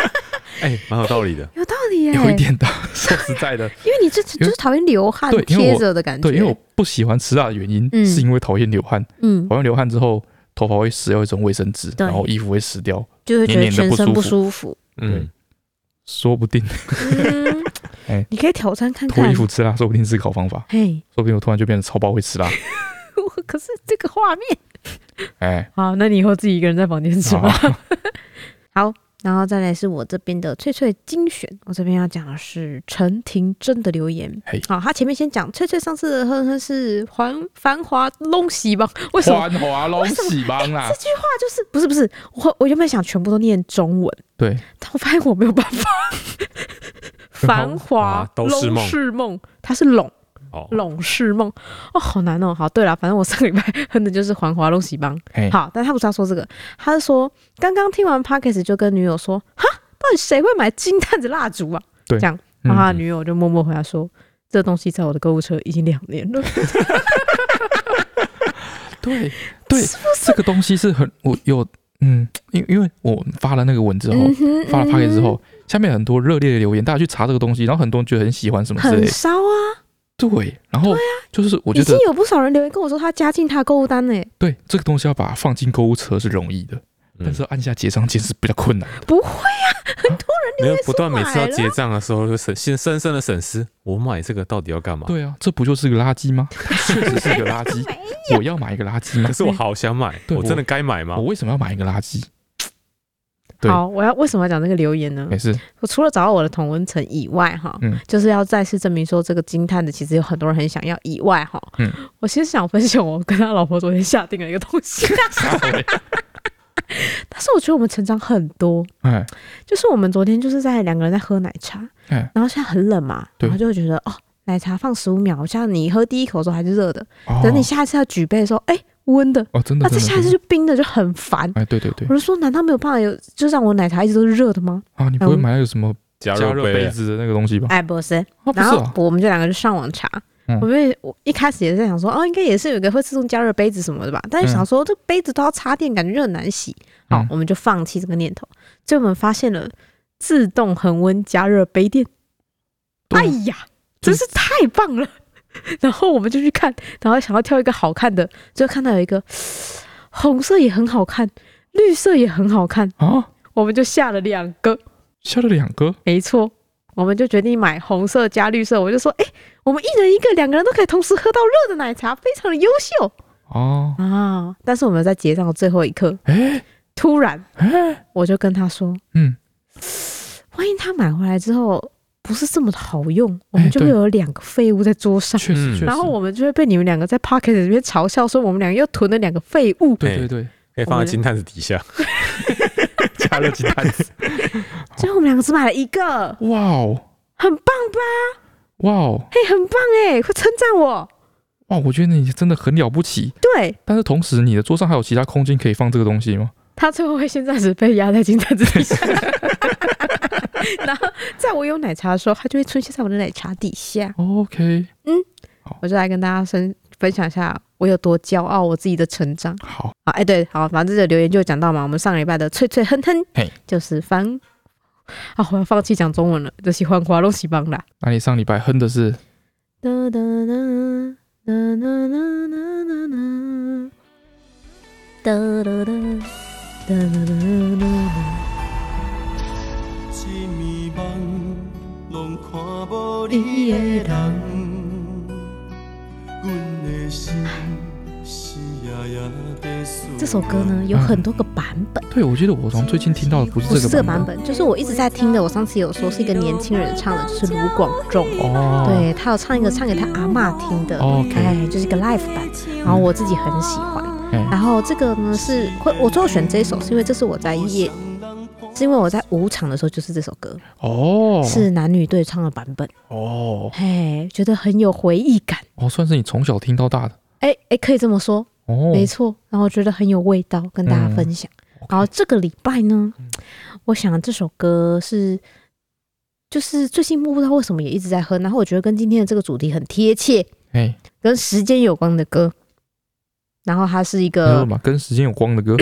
哎，蛮有道理的。
有道理耶、
有一点的。 说实在 的，
因为你这就是讨厌流汗
对因为我
贴着的感觉，
对，因为我不喜欢吃辣的原因，
嗯
是因为讨厌流汗，
嗯，
讨厌流汗之后，头发会死掉一种卫生纸，
对
然后衣服会死掉，
就会觉得全身不舒服。
嗯，说 不定
嗯
哎，
你可以挑战看
脱
看
衣。服吃辣，说不定是个好方法，
嘿，
说不定我突然就变成超爆会吃辣。
我可是这个画面，
哎，
好，那你以后自己一个人在房间吃吧。
好，
好，然后再来是我这边的翠翠精选，我这边要讲的是陈廷真的留言
嘿。
好，他前面先讲翠翠上次的哼哼是繁繁华弄喜吧？为什么？
欢华龙喜帮啦
这，句话就是不是不是我我原本想全部都念中文，
对，
但我发现我没有办 法。繁华
啊
都是
龙
梦
是梦，它是拢
哦，
拢是梦哦，好难哦。好，对了，反正我上个礼拜 哼的就是环华龙喜帮。
哎，
好，但他不是要说这个，他是说刚刚听完 podcast 就跟女友说，哈，到底谁会买金蛋子蜡烛啊？
对
这样，
嗯
然后他女友就默默回答说，这东西在我的购物车已经两年了。
对 对，这个东西是很我有嗯，因因为我发了那个文之后，
嗯哼
发了 p a c k 之后
嗯，
下面很多热烈的留言，大家去查这个东西，然后很多人觉得很喜欢什么之类
很
的，
烧啊，
对，然后就是我觉
已经
得
有不少人留言跟我说他加进他的购物单呢、
对这个东西要把它放进购物车是容易的，
嗯
但是按下结账键是比较困难的。
不会
没有不
说
断每次要
买了，
结账的时候，就深深深深的审思，我买这个到底要干嘛？
对啊，这不就是个垃圾吗？它 确实是个垃圾
没
我要买一个垃圾 吗
可？是我好想买，
对
我真的该买吗
我？为什么要买一个垃圾？对哎
好，我要为什么要讲这个留言呢？
没 事，
我除了找到我的同温层以外，哈，
嗯
就是要再次证明说这个惊叹的其实有很多人很想要以外，哈，
嗯
我其实想分享我跟他老婆昨天下定了一个东 西，但是我觉得我们成长很多，
哎，
就是我们昨天就是在两个人在喝奶茶，
嗯
然后现在很冷嘛，
对
然后就会觉得哦，奶茶放十五秒，像你喝第一口的时候还是热的，
哦
等你下一次要举杯的时候，哎，温的，
哦，真的，
那再
真的
下一次
真的
就冰的，就很烦。
哎，对对对
我，就说，难道没有办法有，就让我奶茶一直都是热的吗？
啊，你不会买那个什么
加
加热
热杯
杯
啊，
子的那个东西吧？
嗯哎，不是，
啊，不
然
是
后
啊，
我们就两个就上网查，
嗯
我们也我一开始也是在想说，哦，应该也是有一个会自动加热杯子什么的吧，但是想说、这杯子都要插电，感觉就很难洗，好
嗯，
我们就放弃这个念头。所以我们发现了自动恒温加热杯垫，
对
哎呀，真是太棒了！ 然后我们就去看，然后想要挑一个好看的，就看到有一个 红色也很好看，绿色也很好看，
啊，
我们就下了两个。
下了两个，
没错，我们就决定买红色加绿色。我就说，哎、我们一人一个，两个人都可以同时喝到热的奶茶，非常的优秀
哦，
啊！但是我们在结账的最后一刻，
哎
突然
哎，
我就跟他说，
嗯，
万一他买回来之后不是这么的好用，我们
哎
就会
对
有两个废物在桌上。
确实
嗯
确实，
然后我们就会被你们两个在 Pocket 里面嘲笑，说我们两个又囤了两个废物。
对对对，
可以放在金探子底下。
加热鸡蛋 子，
结果我们两个只买了一个，
哇哦
很棒吧？
哇哦
嘿，很棒哎，快称赞我！
哇，我觉得你真的很了不起。
对
但是同时，你的桌上还有其他空间可以放这个东西吗？
他最后会先暂时被压在金蛋子底下， 然后在我有奶茶的时候，他就会出现在我的奶茶底下。
OK，
我就来跟大家分分享一下我有多骄傲我自己的成长。
好，
啊，哎，对，好，反正这个留言就有讲到嘛，我们上个礼拜的脆脆哼哼
嘿，
就是翻啊，我要放弃讲中文了，就是欢花弄西帮啦。
那你上礼拜哼的是
哒哒哒哒哒哒哒哒哒哒哒哒哒哒哒哒。
一暝梦，拢看无你的人，阮的心是夜夜在思
这首歌呢有很多个版本，
对，我觉得我从最近听到的不是
不
这
是这
个
个版本，就是我一直在听的。我上次有说是一个年轻人唱的，就是卢广仲，
哦，，
对他有唱一个唱给他阿嬷听的，
OK
哎，就是一个 live 版，然后我自己很喜欢。
哎
然后这个呢是会，我最后选这一首是因为这是我在夜，是因为我在舞场的时候就是这首歌，
哦，
是男女对唱的版本，
哦
嘿，觉得很有回忆感，
哦，算是你从小听到大的
哎哎，可以这么说，
哦，嗯
没错，然后觉得很有味道，跟大家分享。然后这个礼拜呢，我想这首歌是，就是最近不知道为什么也一直在哼，然后我觉得跟今天的这个主题很贴切，
哎，
跟时间有关的歌。然后它是一
你说
个
嘛，跟时间有关的歌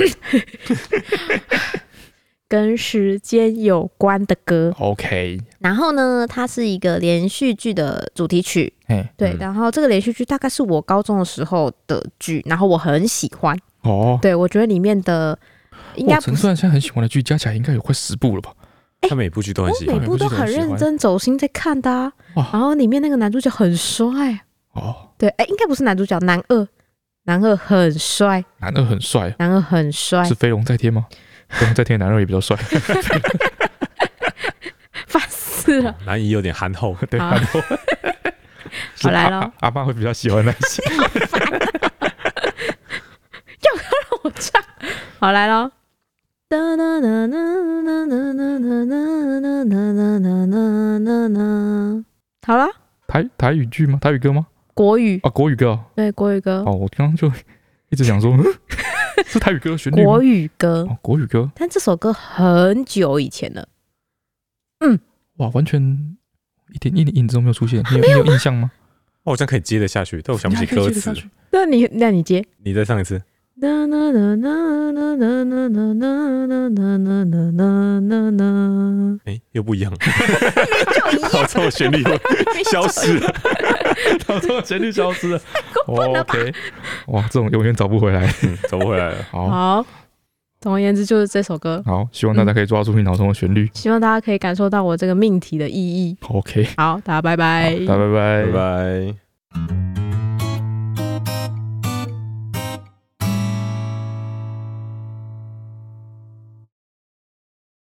跟时间有关的歌，
，OK，
然后呢，它是一个连续剧的主题曲，
哎，
对。
嗯
然后这个连续剧大概是我高中的时候的剧，然后我很喜欢，
哦，
对我觉得里面的应
哇
该
陈
不是
算现在很喜欢的剧加起来应该有快十部了吧？
他每部剧都很喜
哎我哦
欢
每，部都很认真走心在看的、啊，
哇
然后里面那个男主角很帅，
哦，
对，哎，应该不是男主角，男二，男二很帅，
男二很帅，啊
男二很帅
是，飞龙在天吗？ 飞龙在天的男二也比较帅，
烦死了。
男一有点憨厚，
对，
好
他 都是
来
阿
咯
阿爸会比较喜欢那些。
我唱，好来喽。哒啦啦啦啦啦啦啦啦啦啦啦啦啦啦。好了，
台台语剧吗？台语歌吗？
国语
啊，国语歌哦。
对国语歌，
哦，我刚刚就一直想说， 嗯是台语歌的旋律吗
国？语歌，
哦，国语歌，
但这首歌很久以前了，
哇，完全一点一点影子都没有出现。你有你有印 象吗？
哦我好像可以接得下去，但我想不起歌词。
那你那你接。
你再唱一次，
啦啦啦啦啦啦啦啦啦啦啦啦啦啦啦，
哎，又不一样，
就一样
好臭 旋律又消失了，
到时候旋律 消失了。哦
分了吧
OK，哇，这种永远找不回来。
嗯走不回来了。
好
好，总而言之就是这首歌，
好，希望大家可以抓住你脑中的旋律。
希望大家可以感受到我这个命题的意义。
OK，
好，大家拜拜
好，大家拜拜
拜拜。